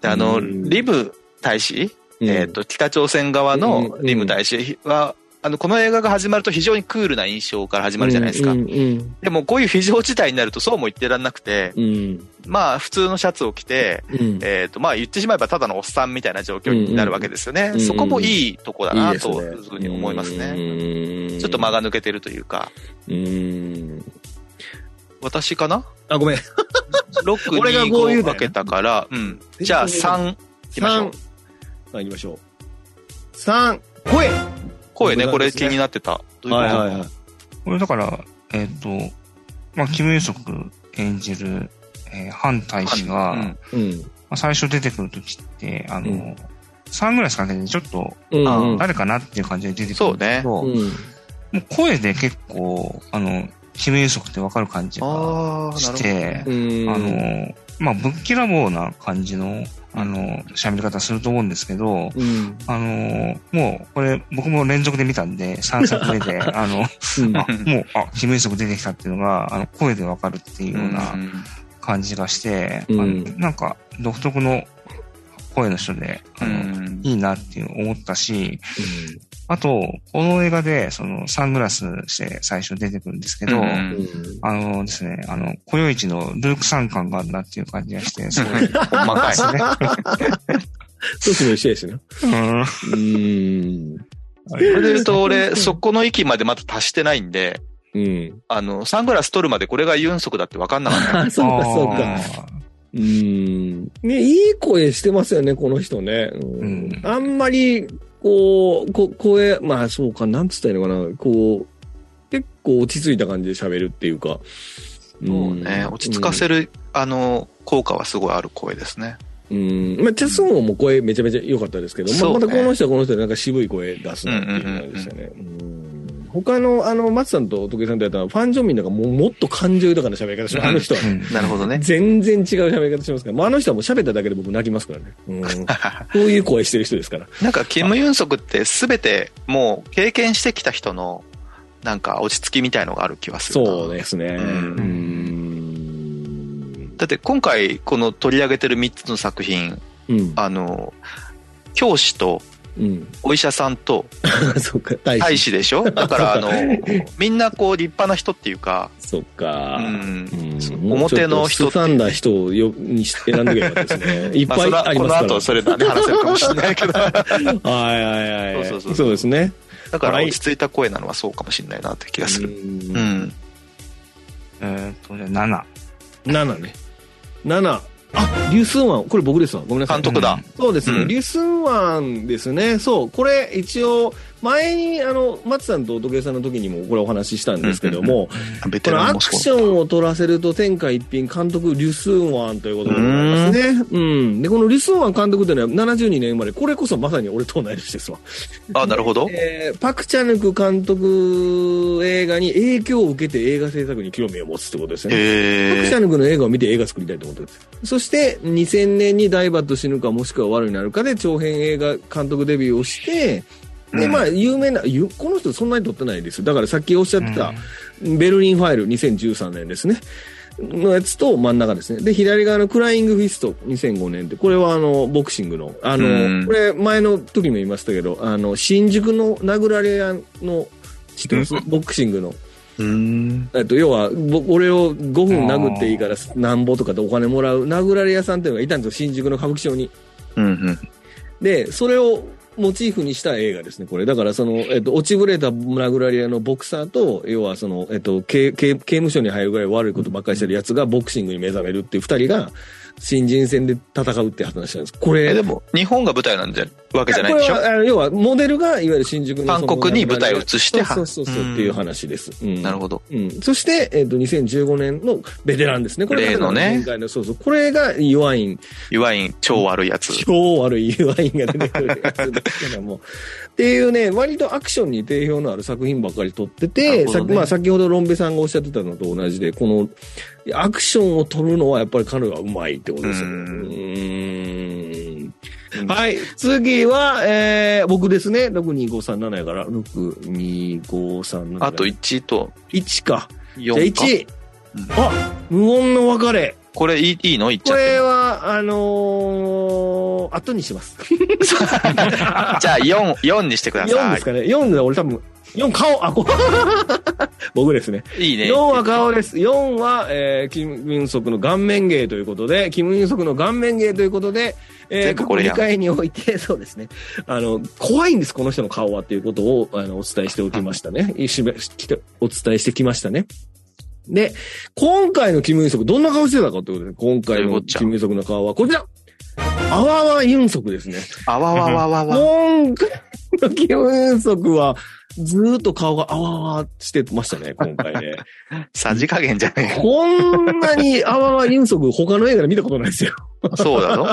であの、うんリム大使、うんえっ、と、北朝鮮側のリム大使は、あの、この映画が始まると非常にクールな印象から始まるじゃないですか。うんうんでも、こういう非常事態になるとそうも言ってらんなくて、うんまあ、普通のシャツを着て、うんえっ、と、まあ、言ってしまえばただのおっさんみたいな状況になるわけですよね。うんそこもいいとこだいいな、ですねというふうに思いますね。うんちょっと間が抜けてるというか、うん私 <laughs> かなあ、ごめん。 6、俺が2、こういう5のね分けたから、うん。じゃあ3、行きましょう三。。あ、行きましょう。三、声声ね、僕なんでこれすね気になってた。どういうこと、はいはいはい。これだから、えっ、と、まあ、キム・ユソク演じる、えー、ハン大使が、うんまうん。あ、最初出てくるときって、あの、うんサングラスかけてちょっとうんあ誰かなっていう感じで出てくるんですけど、うんもう声で結構、あの、キム・ユソクってわかる感じがああ、なしるほど。て、うん。あの、まあ、ぶっきらぼうな感じの、あの、喋り方すると思うんですけど、うん、あの、もう、これ、僕も連続で見たんで、3作目で、あの、うん <laughs> あ、もう、あ、キム・イソク出てきたっていうのが、あの、声でわかるっていうよううなん感じがして、うんあのなんか、独特の声の人で、あの、うんいいなっていう思ったし、あと、この映画で、その、サングラスして最初出てくるんですけど、うんあのですね、あの、コヨイチのルーク三感があるなっていう感じがして、すごい。細かい。一つの一緒やしな。 <laughs> うんうん。 <laughs> それで言うと、俺、そこの域までまだ達してないんで、うん。あの、サングラス取るまでこれがユンソクだって分かんなかった。あ、 <laughs> そうか、そうか。あーうん。ね、いい声してますよね、この人ね。ううんん。あんまり、こう、こ、声、まあそうか、なんつったらいいのかな、こう、結構落ち着いた感じで喋るっていうか。もうね、落ち着かせる、あの、効果はすごいある声ですね。うん。まあ、チェスンも声めちゃめちゃ良かったですけど、まそあ、うねまたこの人はこの人でなんか渋い声出すなっていう感じでしたね。うん他の、あの、松さんと時計さんとやったら、ファン・ジョンミンなんかもうもっと感情豊かな喋り方します。あの人はうね。んなるほどね。全然違う喋り方しますから。まあ、あの人はもう喋っただけで僕泣きますからね。 <laughs> うん。そういう声してる人ですから。なんか、キム・ユンソクって全て、もう、経験してきた人の、なんか、落ち着きみたいのがある気がするな。そうですね。ううんん。だって、今回、この取り上げてる3つの作品、うん。あの、教師と、うん。 <laughs> お医者さんと、そうか、大大使。使でしょ <laughs> だから、あの、みんなこう、立派な人っていうか、そううか。んう。んそう表の人もうちょっとすさんだ人をよに選んでけばよかったですね。いっ <laughs> まぱあ、そいれはありこますのから。後、それだね、話せるかもしれない <laughs> けど。だはいはいはい。そうそうそうそうですね。から、落ち着いた声なのはそうかもしれないなって気がする。うんうん。えーっと、じゃあ7。 7ね。7。あ、リュウスンワン、これ僕ですわ。ごめんなさい。監督だ。そうですね、うんリュスンワンですね、そう、これ、一応、前にあの松さんと時計さんの時にもこれお話ししたんですけども、ベこテのラアンもクすシごい。ョンを取らせると、天下一品、監督、リュスンワンということでございますね。うん。で、このリュスンワン監督というのは72年生まれ、これこそまさに俺と同い年ですわ。あ、なるほど。えーパク・チャヌク監督映画に影響を受けて映画制作に興味を持つってことですね。パクえチャー。ヌクの映画を見て映画作りたいと思ってるんです。そして、2000年にダイバット死ぬかもしくは悪になるかで長編映画監督デビューをして、で、うんまあ、有名な、ゆこの人そんなに撮ってないですよ。だからさっきおっしゃってた、ベルリンファイル2013年ですね。のやつと真ん中ですね。で、左側のクライングフィスト2005年って、これはあの、ボクシングの、あうんの、これ前の時にも言いましたけど、あの、新宿の殴られ屋の、知ってますボクシングの。うーん。えっと、要は、ぼ俺を5分殴っていいから、なんぼとかでお金もらう、殴られ屋さんっていうのがいたんですよ、新宿の歌舞伎町に。うんうん。で、それをモチーフにした映画ですね、これ。だから、その、えっと、落ちぶれた殴られ屋のボクサーと、要は、その、えっと、刑刑刑務所に入るぐらい悪いことばっかりしてるやつが、ボクシングに目覚めるっていう二人が、新人戦で戦うって話なんです。これ、え、でも、日本が舞台なんじゃ、わけじゃないこでしれょは、あの要は、モデルが、いわゆる新宿のそ韓の。国に舞台を移して、そうそうそうそう、っていう話です。うんなるほど。うん、そして、えっと2015年のベテランですね。これが例のね前回のそうそう。これが弱いん、いわゆる超悪いや <laughs> つ。超悪い弱いんが出てくるやつですけども。っていうね、割とアクションに定評のある作品ばっかり撮ってなて、るほさどねまあ、先ほどロンベさんがおっしゃってたのと同じで、このアクションを撮るのはやっぱり彼はうまいってことですよね。ううーんうんはい。次は、えー、僕ですね。62537やから。62537。あと1と1か。 4じゃあか。 1位うん。あ無音の別れ。これいいいいの言っちこゃっれて。は、あのー、後にします。じゃあ4、4にしてくだ4さでいす。かね。4で俺多分、4顔、あ、こ <laughs> 僕ですね。いいね。 4は顔です。4は、えー、キム・ユンソクの顔面芸ということで、キム・ユンソクの顔面芸ということで、えー、全部これやん過去2回において、 <laughs> そうですね。あの、怖いんです、この人の顔はっていうことを、あの、お伝えしておきましたね。 <laughs> しめしきてお伝えしてきましたね。で、今回のキム・ユンソク、どんな顔してたかということで、今回どういうこのっちゃキム・ユンソクの顔はこちらあわわユンソクですね。あわわわわわ。今回のキム・ユンソクは、ずーっと顔があわわしてました <laughs> ね、今回ね。さじ加減じゃねえ。こんなにあわわユンソク他の映画で見たことないです <laughs> よ。そ <laughs> うだろ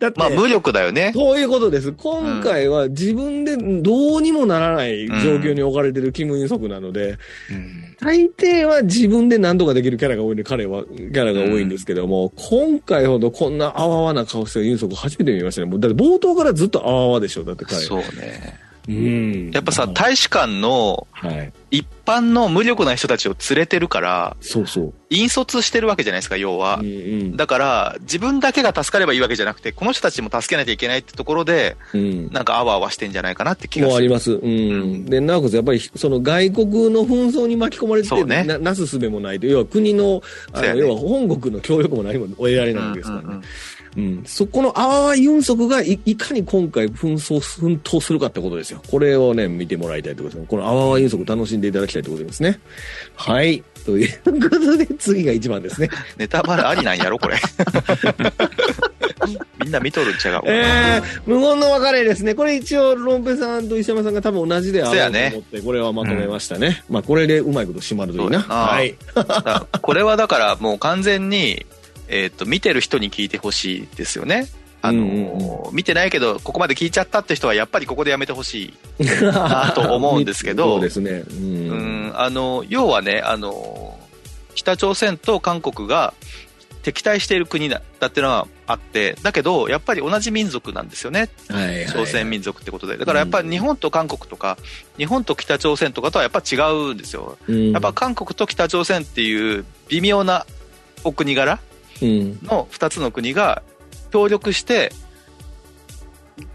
だって、まあ無力だよね。そういうことです。今回は自分でどうにもならない状況に置かれてるキム・ユンソクなので、うん大抵は自分で何とかできるキャラが多いんで、彼は、キャラが多いんですけども、今回ほどこんなあわわな顔してるユンソク初めて見ましたね。もうだって冒頭からずっとあわわでしょ、だって彼。そうね。うん。やっぱさ、大使館のはい。一般の無力な人たちを連れてるから、そうそう。引率してるわけじゃないですか、要はうん。うんだから、自分だけが助かればいいわけじゃなくて、この人たちも助けなきゃいけないってところで、うん。なんかあわあわしてんじゃないかなって気がもうあすりる。ます。うん。んで、なおかつやっぱり、その外国の紛争に巻き込まれてそうねな、なすすべもないという、要は国の、あそうやの、ね要は本国の協力も何も得られないわけですからうんうんうねん。うん。そこのあわわユンソクがい、いかに今回紛争、奮闘するかってことですよ。これをね、見てもらいたいってことですね。このあわわユンソク楽しんでいただきたいってことですね。はい。ということで、次が一番ですね。ネタバレありなんやろ、<laughs> これ。みんな見とるんちゃうえー、無言の別れですね。これ一応、ロンペさんと石山さんが多分同じであろうとそうやね思って、これはまとめましたね。まあ、これでうまいこと締まるといいな。そうやなはい。だからこれはだからもう完全に、えっと見てる人に聞いてほしいですよね。あのうん見てないけど、ここまで聞いちゃったって人は、やっぱりここでやめてほしなと思うんですけどそうですね。うん。い、うんあの要はねあの、北朝鮮と韓国が敵対している国だだっていうのはあって、だけど、やっぱり同じ民族なんですよね、はいはい、朝鮮民族ってことで、だからやっぱり日本と韓国とか、日本と北朝鮮とかとはやっぱ違うんですよ、うん、やっぱ韓国と北朝鮮っていう微妙なお国柄。うん、の2つの国が協力して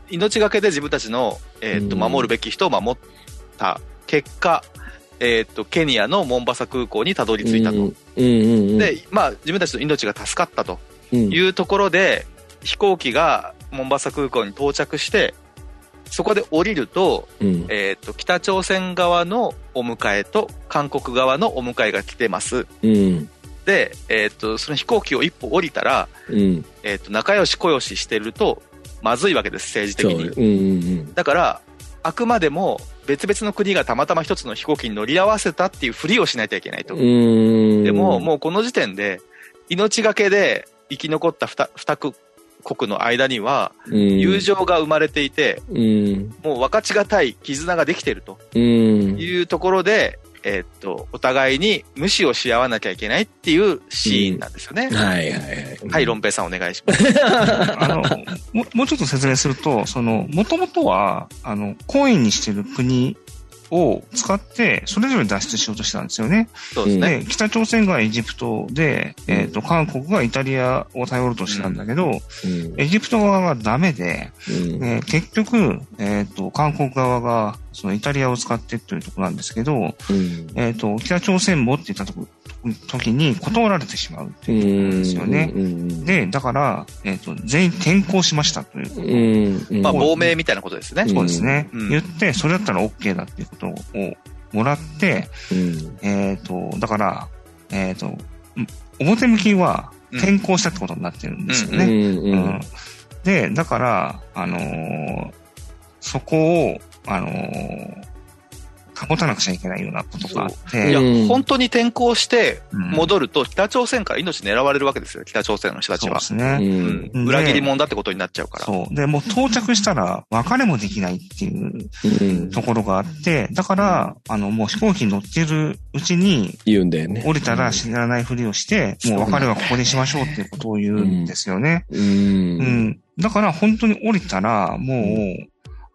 命がけで自分たちの、えーとうん守るべき人を守った結果、えー、とケニアのモンバサ空港にたどり着いたと、うん、うん、うん。でまあ、自分たちの命が助かったとうん、いうところで、飛行機がモンバサ空港に到着してそこで降りると,、うん、えー、と北朝鮮側のお迎えと韓国側のお迎えが来てますうん、で、えっと、その飛行機を一歩降りたら、うん。えっと、仲良し小良ししてると、まずいわけです、政治そう。的うんに。うんだから、あくまでも別々の国がたまたま一つの飛行機に乗り合わせたっていうふりをしないといけないと。うん。でも、うもうこの時点で、命がけで生き残った二二国の間には、ん、友情が生まれていて、うん。もう分かちがたい絆ができているとうん。いうところで、えっと、お互いに無視をし合わなきゃいけないっていうシーンなんですよね。はいはいはい。はい、ロンペイさんお願いします。あの、ももうちょっと説明すると、その、もともとは、あの、コインにしてる国を使って、それぞれ脱出しようとしたんですよね。そうですね。で、北朝鮮がエジプトで、えっ、と、韓国がイタリアを頼ろうとしたんだけど、うんエジプト側がダメで、うんえー結局、えっ、と、韓国側が、そのイタリアを使ってっていうところなんですけど、うんえっ、と、北朝鮮もって言ったとこ時に断られてしまうってういう。ん。ですよねうん。で、だから、えっ、と、全員転校しましたという。うん。うんまあ、亡命みたいなことですねうん。そうですね。うん言って、それだったら OK だっていうことをもらって、うんえっ、と、だから、えっ、と、ん表向きはうん転校したってことになってるんですようね。んううんん。で、だから、あのーそこを、あのー保たなくちゃいけないようなことがあって、いやう、ん本当に転校してうん戻ると、北朝鮮から命狙われるわけですよ、北朝鮮の人たちそうはで。すね。うんうん裏切り者だってことになっちゃうから。そう。で、もう到着したら別れもできないっていううんところがあって、だから、あの、もう飛行機に乗ってるうちに、言うんだよね。降りたら知らないふりをして、うんもう別れはここにしましょうっていうことを言うんですよね。う。うんん。だから本当に降りたら、もう、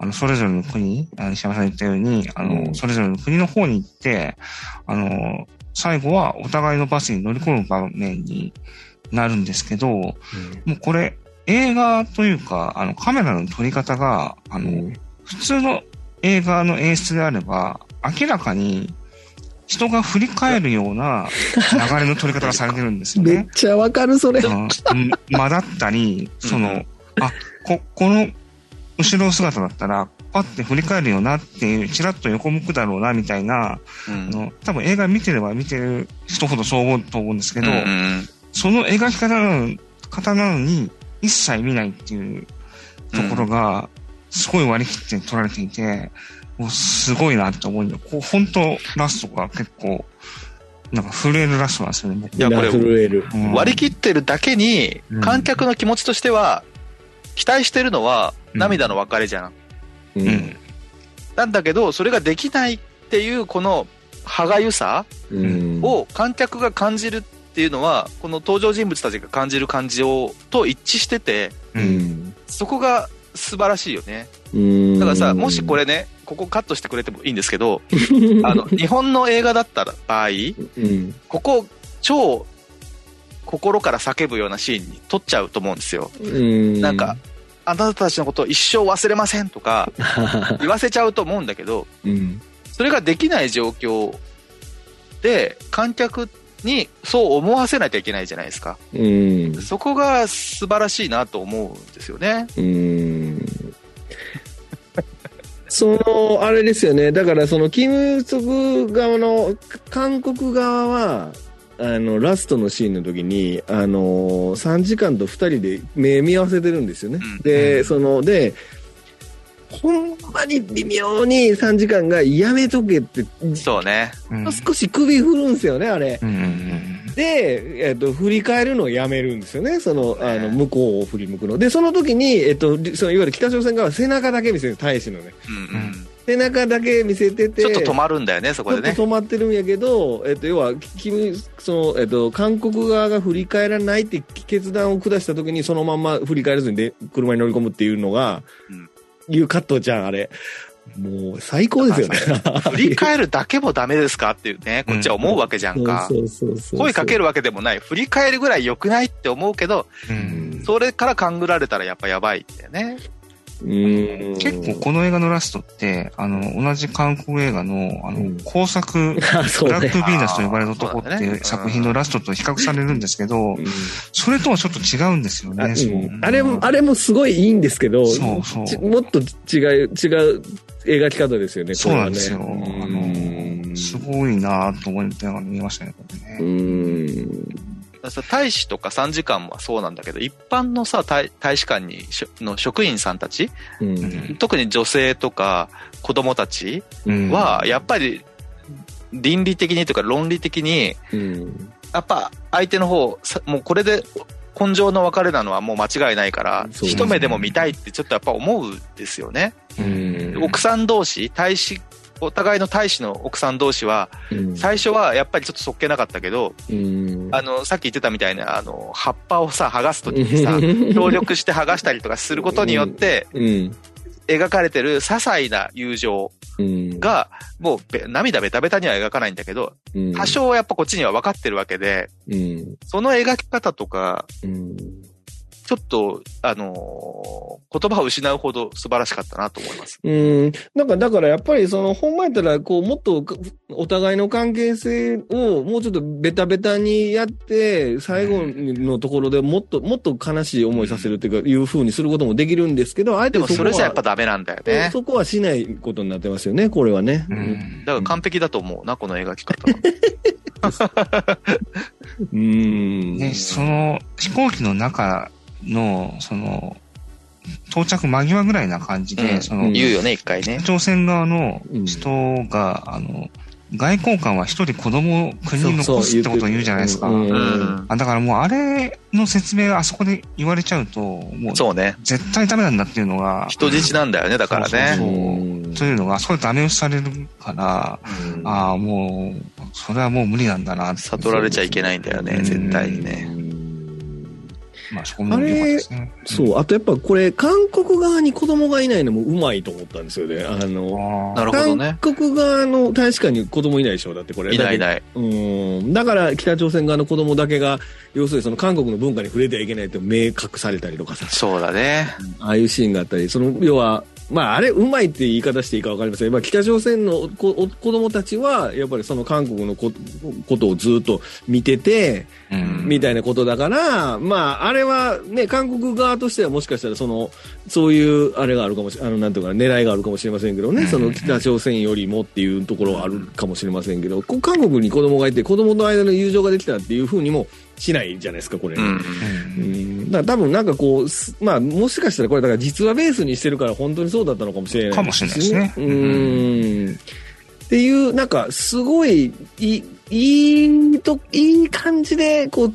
あの、それぞれの国、あの石山さん言ったように、あの、うんそれぞれの国の方に行って、あの、最後はお互いのバスに乗り込む場面になるんですけど、もうこれ、映画というか、あの、カメラの撮り方が、ああの、普通の映画の演出であれば、明らかに人が振り返るような流れの取り方がされてるんですよめっね。ちゃわかる、それ。うん間だったり、そうんの、あ、こ、この後ろ姿だったら、パッて振り返るよなっていう、ちらっと横向くだろうな、みたいな、うあんの、多分映画見てれば見てる人ほどそう思うと思うんですけど、うんうんその描き方なの方なのに、一切見ないっていうところが、すごい割り切って撮られていて、もうすごいなって思うよ。こう、本当ラストが結構、なんか震えるラストなんですよね。いや、これ、震える。うん割り切ってるだけにうん、観客の気持ちとしては、期待してるのはうん涙の別れじゃん。ううん。なんだけど、それができないっていう、この歯がゆさうんを観客が感じるっていうのは、この登場人物たちが感じる感情と一致してて、う。うんん。そこが素晴らしいよね。うんだからさ、もしこ、れね、ここカットしてくれてもいいんですけど、ああ <laughs> の、の、日本の映画だった場合、うん。ここ、超、心から叫ぶようなシーンに撮っちゃうと思うんですよ。うんなんか、あなたたちのことを一生忘れませんとか言わせちゃうと思うんだけど、うん。それができない状況で、観客にそう思わせなきゃいけないじゃないですか。うん。そこが素晴らしいなと思うんですよね。うーんその、あれですよね。だから、その、キム・ソク側の、韓国側は、あの、ラストのシーンの時に、あの、3時間と2人で目見合わせてるんですよね。うんうで、んその、で、ほんまに微妙に3時間がやめとけって、そうね。うん。少し首振るんですよね、あれ。うんうんで、えっと、振り返るのをやめるんですよね。その、ねあの、向こうを振り向くの。で、その時に、えっと、りその、いわゆる北朝鮮側は背中だけ見せる、大使のね。うんううんん背中だけ見せてて、ちょっと止まるんだよね、そこでちょっね。と止まってるんやけど、えっと、要は、キム、その、えっと、韓国側が振り返らないって決断を下した時に、そのまんま振り返らずにで車に乗り込むっていうのが、うんいうカットじゃん、あれ。もう、最高ですよね。 <laughs> 振り返るだけもダメですかっていうね、こっちは思うわけじゃんか。 <laughs> そうそうそうそう声かけるわけでもない。振り返るぐらい良くないって思うけど、う。うんん。それから勘ぐられたらやっぱやばいんだよね。うん結構、この映画のラストって、あの、同じ韓国映画の、あうのん、工作、 <laughs> あ、そブうラックね。ヴィーナスと呼ばれる男っあーそうだてねいううん作品のラストと比較されるんですけどう、んそれとはちょっと違うんですよあ,、、ね、そううんあれも、あれもすごいいいんですけど、そうそうちもっと違う、違う描き方ですよね、そうなんですよこれはねあのーうんすごいなと思いながら見ましたね、こうれね。ん。だからさ大使とか参事官もそうなんだけど、一般のさ、大大使館にしょの職員さんたち、うん。特に女性とか子供たちうんは、やっぱり倫理的にというか論理的に、うん。やっぱ相手の方、さもうこれで根性の別れなのはもう間違いないから、そう一目でも見たいってちょっとやっぱ思うんですよね。うん奥さん同士、大使、お互いの大使の奥さん同士は、うん最初はやっぱりちょっとそっけなかったけど、うん。あの、さっき言ってたみたいな、あの、葉っぱをさ、剥がすときにさ、 <laughs> 協力して剥がしたりとかすることによって、うん。描かれてる些細な友情うん。が、もうべ涙ベタベタには描かないんだけど、うん多。少はやっぱこっちには分かってるわけで、うん。その描き方とか、うん。ちょっと、あのー言葉を失うほど素晴らしかったなと思います。うん。なんか、だからやっぱりその、ほんまやったら、こう、もっとお互いの関係性をもうちょっとベタベタにやって、最後のところでもっと、もっと悲しい思いさせるっていうか、いう風にすることもできるんですけど、あえてでもこはそれじゃやっぱダメなんだよね。そこはしないことになってますよね、これはね。うんだから完璧だと思うな、この描き方。うん。で、その飛行機の中の、その、到着間際ぐらいな感じで、うんそうのん、言うよね、一回ね北。朝鮮側のうん人が、あの、外交官は一人子供を国に残すってことを言うじゃないですか。そうそうう言ってるん。あだからもうあれの説明があそこで言われちゃうと、もうそうね。絶対ダメなんだっていうのが、人質なんだよね、だからね。そううんというのが、それダメ押しされるから、うんああ、もう、それはもう無理なんだなって。悟られちゃいけないんだよね、うん絶対にね。まあ、そこも良かったですね。そう、あとやっぱこれ、韓国側に子供がいないのもうまいと思ったんですよね。あうん。の、ああなるほどね。韓国側の大使館に子供いないでしょ、だってこれ。いないいい。ない。うん。だから北朝鮮側の子供だけが、要するにその韓国の文化に触れてはいけないって明確されたりとかさ、そうだね。ああいうシーンがあったり、その、要は、まあ、あれ、うまいって言い方していいかわかりません。まあ、北朝鮮の子お子供たちは、やっぱりその韓国のこことをずっと見てて、うんみたいなことだから、まあ、あれはね、韓国側としてはもしかしたら、その、そういう、あれがあるかもしれ、あの、なんていうか、狙いがあるかもしれませんけどうね、んその北朝鮮よりもっていうところはあるかもしれませんけど、こう韓国に子供がいて、子供の間の友情ができたっていうふうにもしないじゃないですか、これ。うん。ううんん、だから多分なんかこう、すまあもしかしたらこれだから実話ベースにしてるから本当にそうだったのかもしれないかもしれないですねうん。っていう、なんかすごい、いい、いいと、いい感じで、こう、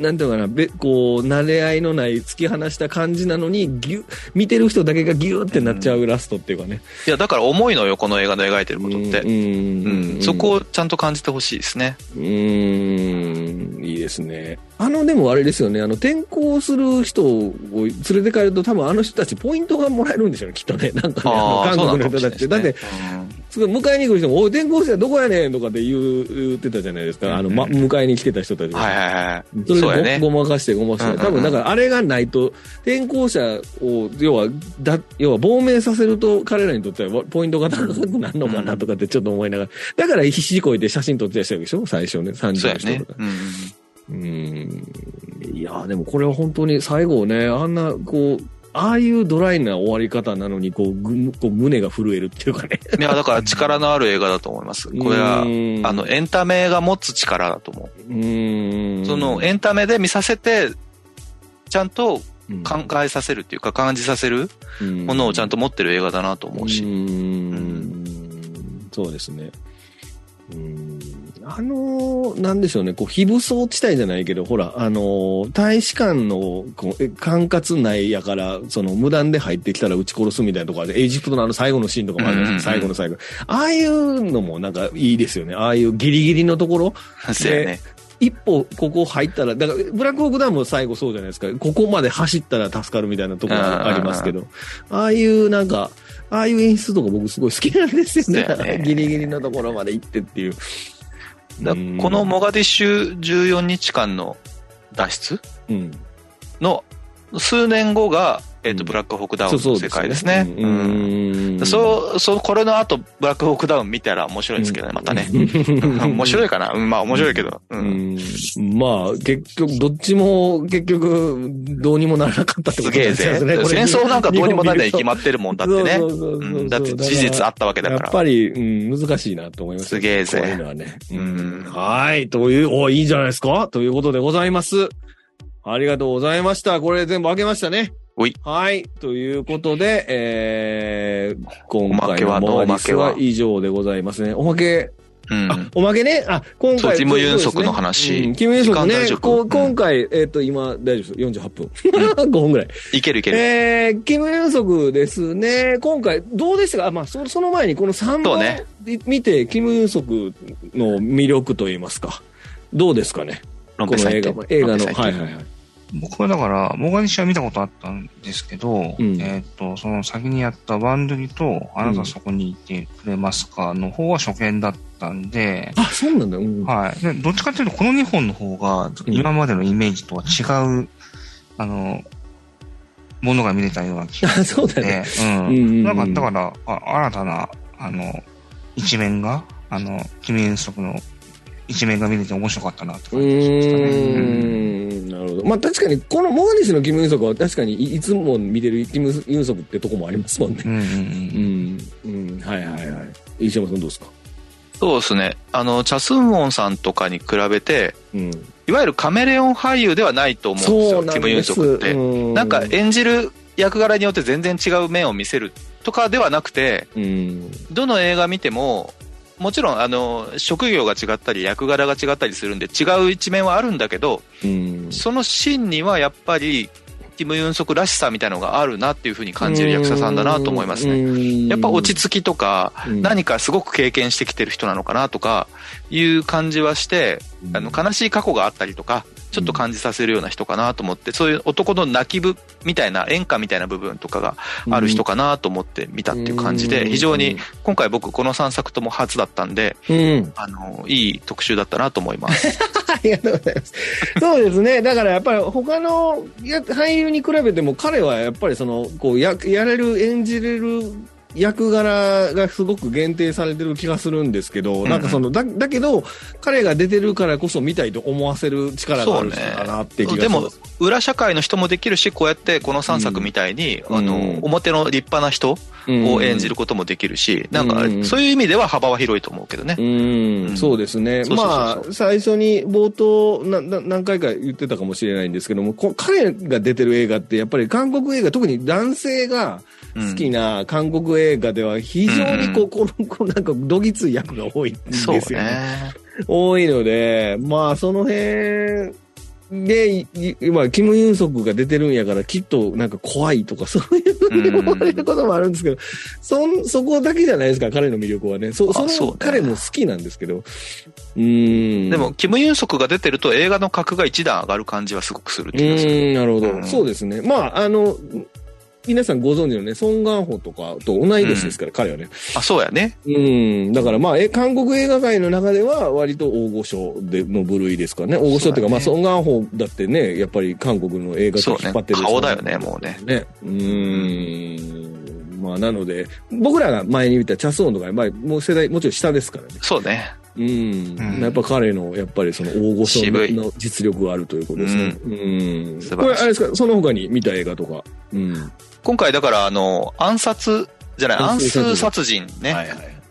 なんていうのかな、べこう、慣れ合いのない突き放した感じなのに、ぎゅ、見てる人だけがギューってなっちゃうラストっていうかね。いや、だから重いのよ、この映画の描いてることって。んうん。そこをちゃんと感じてほしいですね。うーん、いいですね。あの、でもあれですよね、あの、転校する人を連れて帰ると、多分あの人たちポイントがもらえるんでしょうね、きっとね。なんかね、あああ、のそうな韓のか国ものし人れたなちいって。ですだっね。て、すごい迎えに来る人も、おい、転校生はどこやねんとかって言う言ってたじゃないですか、あの、ま、うん迎えに来てた人たちうんが。はいはいはい。それそうやねでごごまかしてごまかして、うんうんうん多分だからあれがないと、転校者を、要は、だ、要は亡命させると彼らにとってはポイントが高くなるのかなとかってちょっと思いながら、だから必死こいて写真撮ってた人でしょ最初ね、30そうのや人とねか。。うん。うーん。いやー、でもこれは本当に最後ね、あんな、こう、ああいうドライな終わり方なのに、こう、ぐこう胸が震えるっていうかね。いや、だから力のある映画だと思います。これはう、ーんあの、、エンタメが持つ力だと思うーう。ん。その、エンタメで見させて、ちゃんとうん、考えさせるっていうか、感じさせるものをちゃんと持ってる映画だなと思うしう。んそうですね。うんあのー、なんでしょうね、こう、非武装地帯じゃないけど、ほら、あのー大使館の、こう、え管轄内やから、その、無断で入ってきたら撃ち殺すみたいなとこあるエジプトのあの最後のシーンとかもあるじゃないですか、う最んう後んの最後。ああいうのもなんかいいですよね。ああいうギリギリのところ、 <laughs> そうやね。一歩ここ入ったら、だから、ブラックホークダウンも最後そうじゃないですか。ここまで走ったら助かるみたいなところがありますけど、ああいうなんか、ああいう演出とか僕すごい好きなんですよそうね。だよねギリギリのところまで行ってっていう。だうんこのモガディッシュ14日間の脱出うん。の数年後が、ええっ、と、ブラックホークダウンそうそのう世界ですね。ううんん。そう、そう、これの後、ブラックホークダウン見たら面白いですけどね、またね。 <laughs> 面白いかなうんまあ面白いけど。<laughs> う。うんん。まあ、結局、どっちも、結局、どうにもならなかったってこすとなげえんですよぜ。ね。これ戦争なんかどうにもなんないに決まってるもんだってねそ。うそうそううそうんだって事実あったわけだかやっら。ぱり、うん、難しいなと思います。すげえぜこういうのはね。ううんん。はい。という、お、いいじゃないですかということでございます。ありがとうございました。これ全部開けましたね。おいはい。ということで、えー、今おま回けはのモアリスおまけはは以上でございますね。おまけ、うん。あ、おまけね。あ、今回。そうキム・ユンソクの話うんキム・ユンソク時間ね大丈。夫こうんう今回、えっと、今、大丈夫です。48分。5分 <laughs> ぐらい。いけるいける。えー、キム・ユンソクですね、今回、どうでしたか、あまあ、そその前にこの3そう本、ね見て、キム・ユンソクの魅力といいますか、どうですかね、ロこンペさのん言映って画も映画の、ロンペさんは言っいてはいはい。僕はだから、モガニシは見たことあったんですけど、うんえーっと、その先にやったバンドリと、あなたそこにいてくれますかの方は初見だったんで、あ、そうなんだ、うん。はい。でどっちかというと、この2本の方が、うん今までのイメージとは違う、あの、ものが見れたような気が <laughs> あそうだね。ね、うんうんうんうんなんか、だから、あ新たな、あの、一面が、あの、キム・イルソクの一面が見れて面白かったなってう感じがしましたね。ーんなるほどまあ確かに、このモーニスのキム・ユンソクは確かにいいつも見てるキム・ユンソクってとこもありますもんね。うんうんううんん、うん、はいはいはい。石山さんどうですかそうですね。あの、チャスンウォンさんとかに比べて、うん。いわゆるカメレオン俳優ではないと思うんですよ、キム・ユンソクって。うなんか演じる役柄によって全然違う面を見せるとかではなくて、うん。どの映画見ても、もちろんあの職業が違ったり役柄が違ったりするんで違う一面はあるんだけどうんその芯にはやっぱりキム・ユンソクらしさみたいのがあるなっていうふうに感じる役者さんだなと思いますねねやっぱ落ち着きとか着き何かすごく経験してきてる人なのかなとかいう感じはしてあの悲しい過去があったりとかちょっと感じさせるような人かなと思ってそういう男の泣き部みたいな演歌みたいな部分とかがある人かなと思って見たっていう感じで非常に、今回僕この3作とも初だったんでうん、あのいい特集だったなと思います <laughs> ありがとうございます。そうですね。だからやっぱり他のや俳優に比べても彼はやっぱりその、こうや、やれる、演じれる役柄がすごく限定されてる気がするんですけど、うんなんかその、だ、だけど、彼が出てるからこそ見たいと思わせる力がある人だなって気がでします。も裏社会の人もできるしこうやってこの3作みたいに、うんあの表の立派な人を演じることもできるし、なんかうんそういう意味では幅は広いと思うけどね、ううんん、そうですね。そうそうそうまあ、最初に冒頭なな、何回か言ってたかもしれないんですけども、こ彼が出てる映画って、やっぱり韓国映画、特に男性がうん好きな韓国映画では、非常にこう、うんこの、こうなんか、どぎつい役が多いんですそようね。ね多いので、まあ、その辺、で、い今、キム・ユンソクが出てるんやから、きっとなんか怖いとか、そういうふうに思われることもあるんですけど、そん、そこだけじゃないですか、彼の魅力はね。そ、あそのそうね彼も好きなんですけど。うーん。でも、キム・ユンソクが出てると映画の格が一段上がる感じはすごくするっうていうかーん、なるほど、うんそうですね。まあ、あの、皆さんご存知のね、ソン・ガンホとかと同い年ですから、彼はね。あそうやねうん、だからまあ、え、韓国映画界の中では割と大御所での部類ですかね。大御所っていうか、そうだねまあ、ソン・ガンホだってね、やっぱり韓国の映画そとう引ねっ張ってる、顔だよねもうね。ね。うーん。まあ、なので、僕らが前に見たチャソーンとか、まあ、もう世代、もちろん下ですからね。そうねうん。うんやっぱ彼の、やっぱりその大御所渋いの実力があるということですね。うん。素晴これ、らしいあれですか、その他に見た映画とか。うん。今回だからあの暗殺じゃない暗暗数数殺人ね、いはい。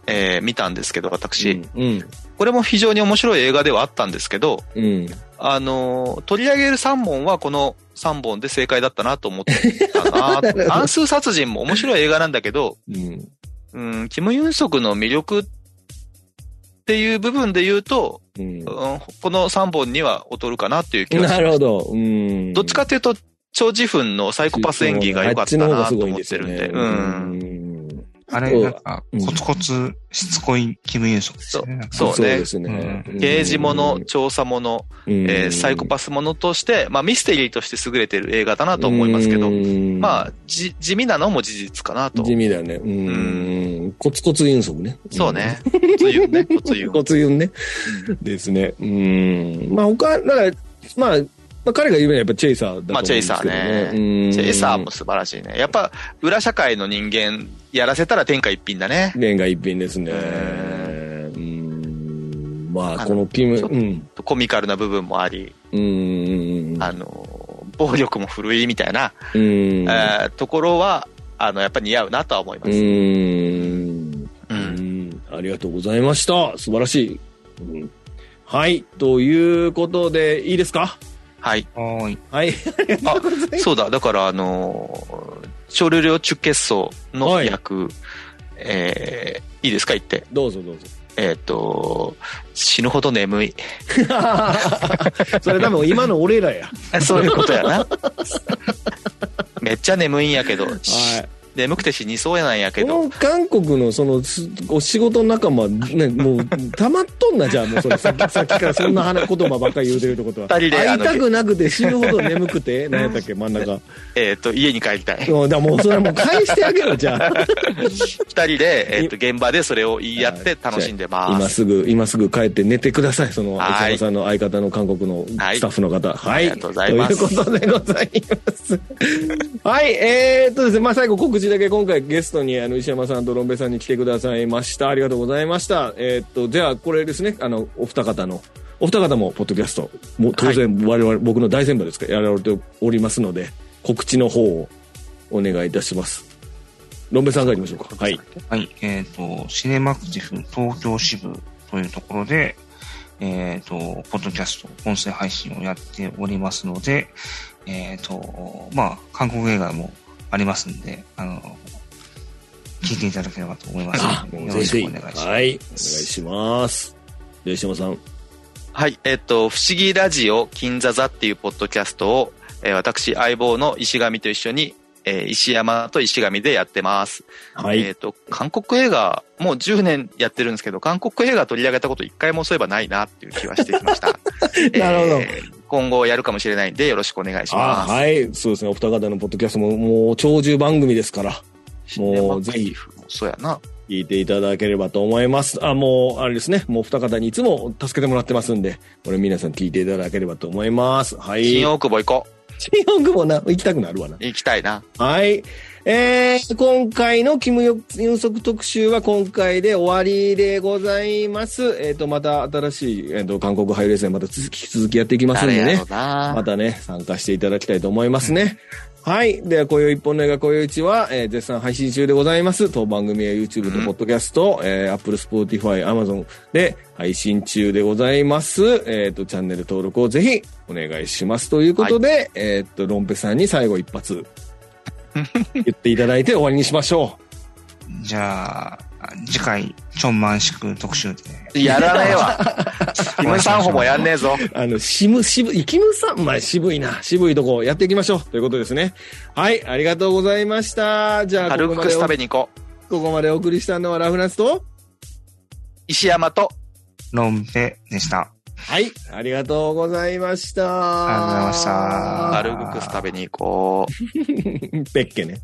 えー見たんですけど私、うん。これも非常に面白い映画ではあったんですけどうん。あのー取り上げる3本はこの3本で正解だったなと思ってた <laughs> ななるほど暗数殺人も面白い映画なんだけどうん。うんキム・ユンソクの魅力っていう部分で言うと、うんうん、この3本には劣るかなっていう気がしますなるほど。うん。どっちかっていうと、超自憤のサイコパス演技が良かったなと思ってるんあで。ちうの方がすごいん。ですよねうん。あれ、そうなんか、うんコツコツしつこいキム・イルソクですね。そうそうねで。すね。刑事もの、調査もの、えーサイコパスものとして、まあミステリーとして優れてる映画だなだと思いますけど、まあ、あ、じ地味なのも事実かなと。地味だね。うん。コツコツ運足ね。そうね。というね。と <laughs> いうん。う。コツ運ね。ですね。うん。まあ他、だから、まあ、まあ、彼が有名なやっぱチェイサーだと思うんですけど、ね。まあチェイサーねチェイサーもも。素晴らしいね。やっぱ、裏社会の人間、やらせたら天下一品だね。年が一品ですね。ううん。まああ、のこのキム、ちょっとうん。コミカルな部分もあり、うん。あの、暴力も古いみたいな、うん。えーところは、あの、やっぱ似合うなとは思いまうす。ん。ううんん。ありがとうございました。素晴らしい。うんはい。ということで、いいですかはい。はーい。はい。 <laughs> あ、そうだ、だから、あのー、少量量中血層の薬、えーいいですか言って。どうぞどうぞ。えっ、と、死ぬほど眠い。 <laughs> それ多分今の俺らや。そういうことやな。 <laughs> めっちゃ眠いんやけど、し眠くて死にそうやなんやけど、 <laughs> この韓国のそのすお仕事仲間、ね、もうたまっとんなじゃあもうそれさっ <laughs> きさっきからそんな話言葉ばっかり言うてるってことは二人であ会いのたくなくて死ぬほど眠くて何やったっけ真ん <laughs> 中えっ、と、家に帰りたい。うんだからもうそれはもう返してあげろじゃあ二人で、えっ、と、現場でそれを言い合って楽しんでま今す。すぐ今すぐ帰って寝てくださいそのは相沢いさんの相方の韓国のはいスタッフの方はいありがとうございますということでございます <laughs> はいえー、っとですねまあ最後告知だけ今回ゲストにあの石山さんとロンベさんに来てくださいましたありがとうございましたえーっとじゃあこれですねあのお二方のお二方もポッドキャストもう当然我々、僕の大先輩ですからやられておりますので告知の方をお願いいたしますロンベさんからいきましょうかはいはい。えっ、と、シネマクティフ東京支部というところで、えっ、と、ポッドキャスト、音声配信をやっておりますので、えっ、と、まあ、韓国映画もありますんで、あの、聞いていただければと思いますあので。もようろぜしひくお願いします。はい、お願いします。で石山さん。はい、えっ、と、不思議ラジオ金座座っていうポッドキャストを、えー私、相棒の石神と一緒に、えー石山と石神でやってます。はい。えっ、と、韓国映画、もう10年やってるんですけど、韓国映画取り上げたこと一回もそういえばないなっていう気はしてき <laughs> ました。なるほどえー今後やるかもしれないんで、よろしくお願いしあます。はい。そうですね。お二方のポッドキャストももう長寿番組ですから、もうぜひシネマクリフもそうやな。聞いていただければと思います。あ、もう、あれですね。もうお二方にいつも助けてもらってますんで、これ皆さん聞いていただければと思います。はい。新大久保行こ新大久保な、行きたくなるわなう。。行きたいな。はい。えー、今回のキム・ヨンソク特集は今回で終わりでございます。えっ、と、また新しい、えっ、と、韓国俳優レースンまた引き続きやっていきますん誰でやねろ。うな。またね、参加していただきたいと思いますね。はい。では、今宵一本の映画、今宵一は、えー絶賛配信中でございます。当番組は YouTube うんと Podcast、えー Apple、Spotify、Amazon で配信中でございます。えっ、と、チャンネル登録をぜひお願いします。ということで、えっ、と、ロンペさんに最後一発言っていただいて終わりにしましょじゃあ、次回、チョンマンシク特集で。やら <laughs> ね <laughs> えわ。キムサンホもやんねえぞ。う。あの、渋、渋、いキムさん、まあ、渋いな。渋いとこやっていきましょう。ということですね。はい。ありがとうございました。じゃあ、カルここまククでスお食べに行こう。ここまでお送りしたのはラフナスと、石山と、ロンペでした。はい、ありがとうございました。ありがとうございました <laughs> カルククス食べに行こう。べ。ペッケね。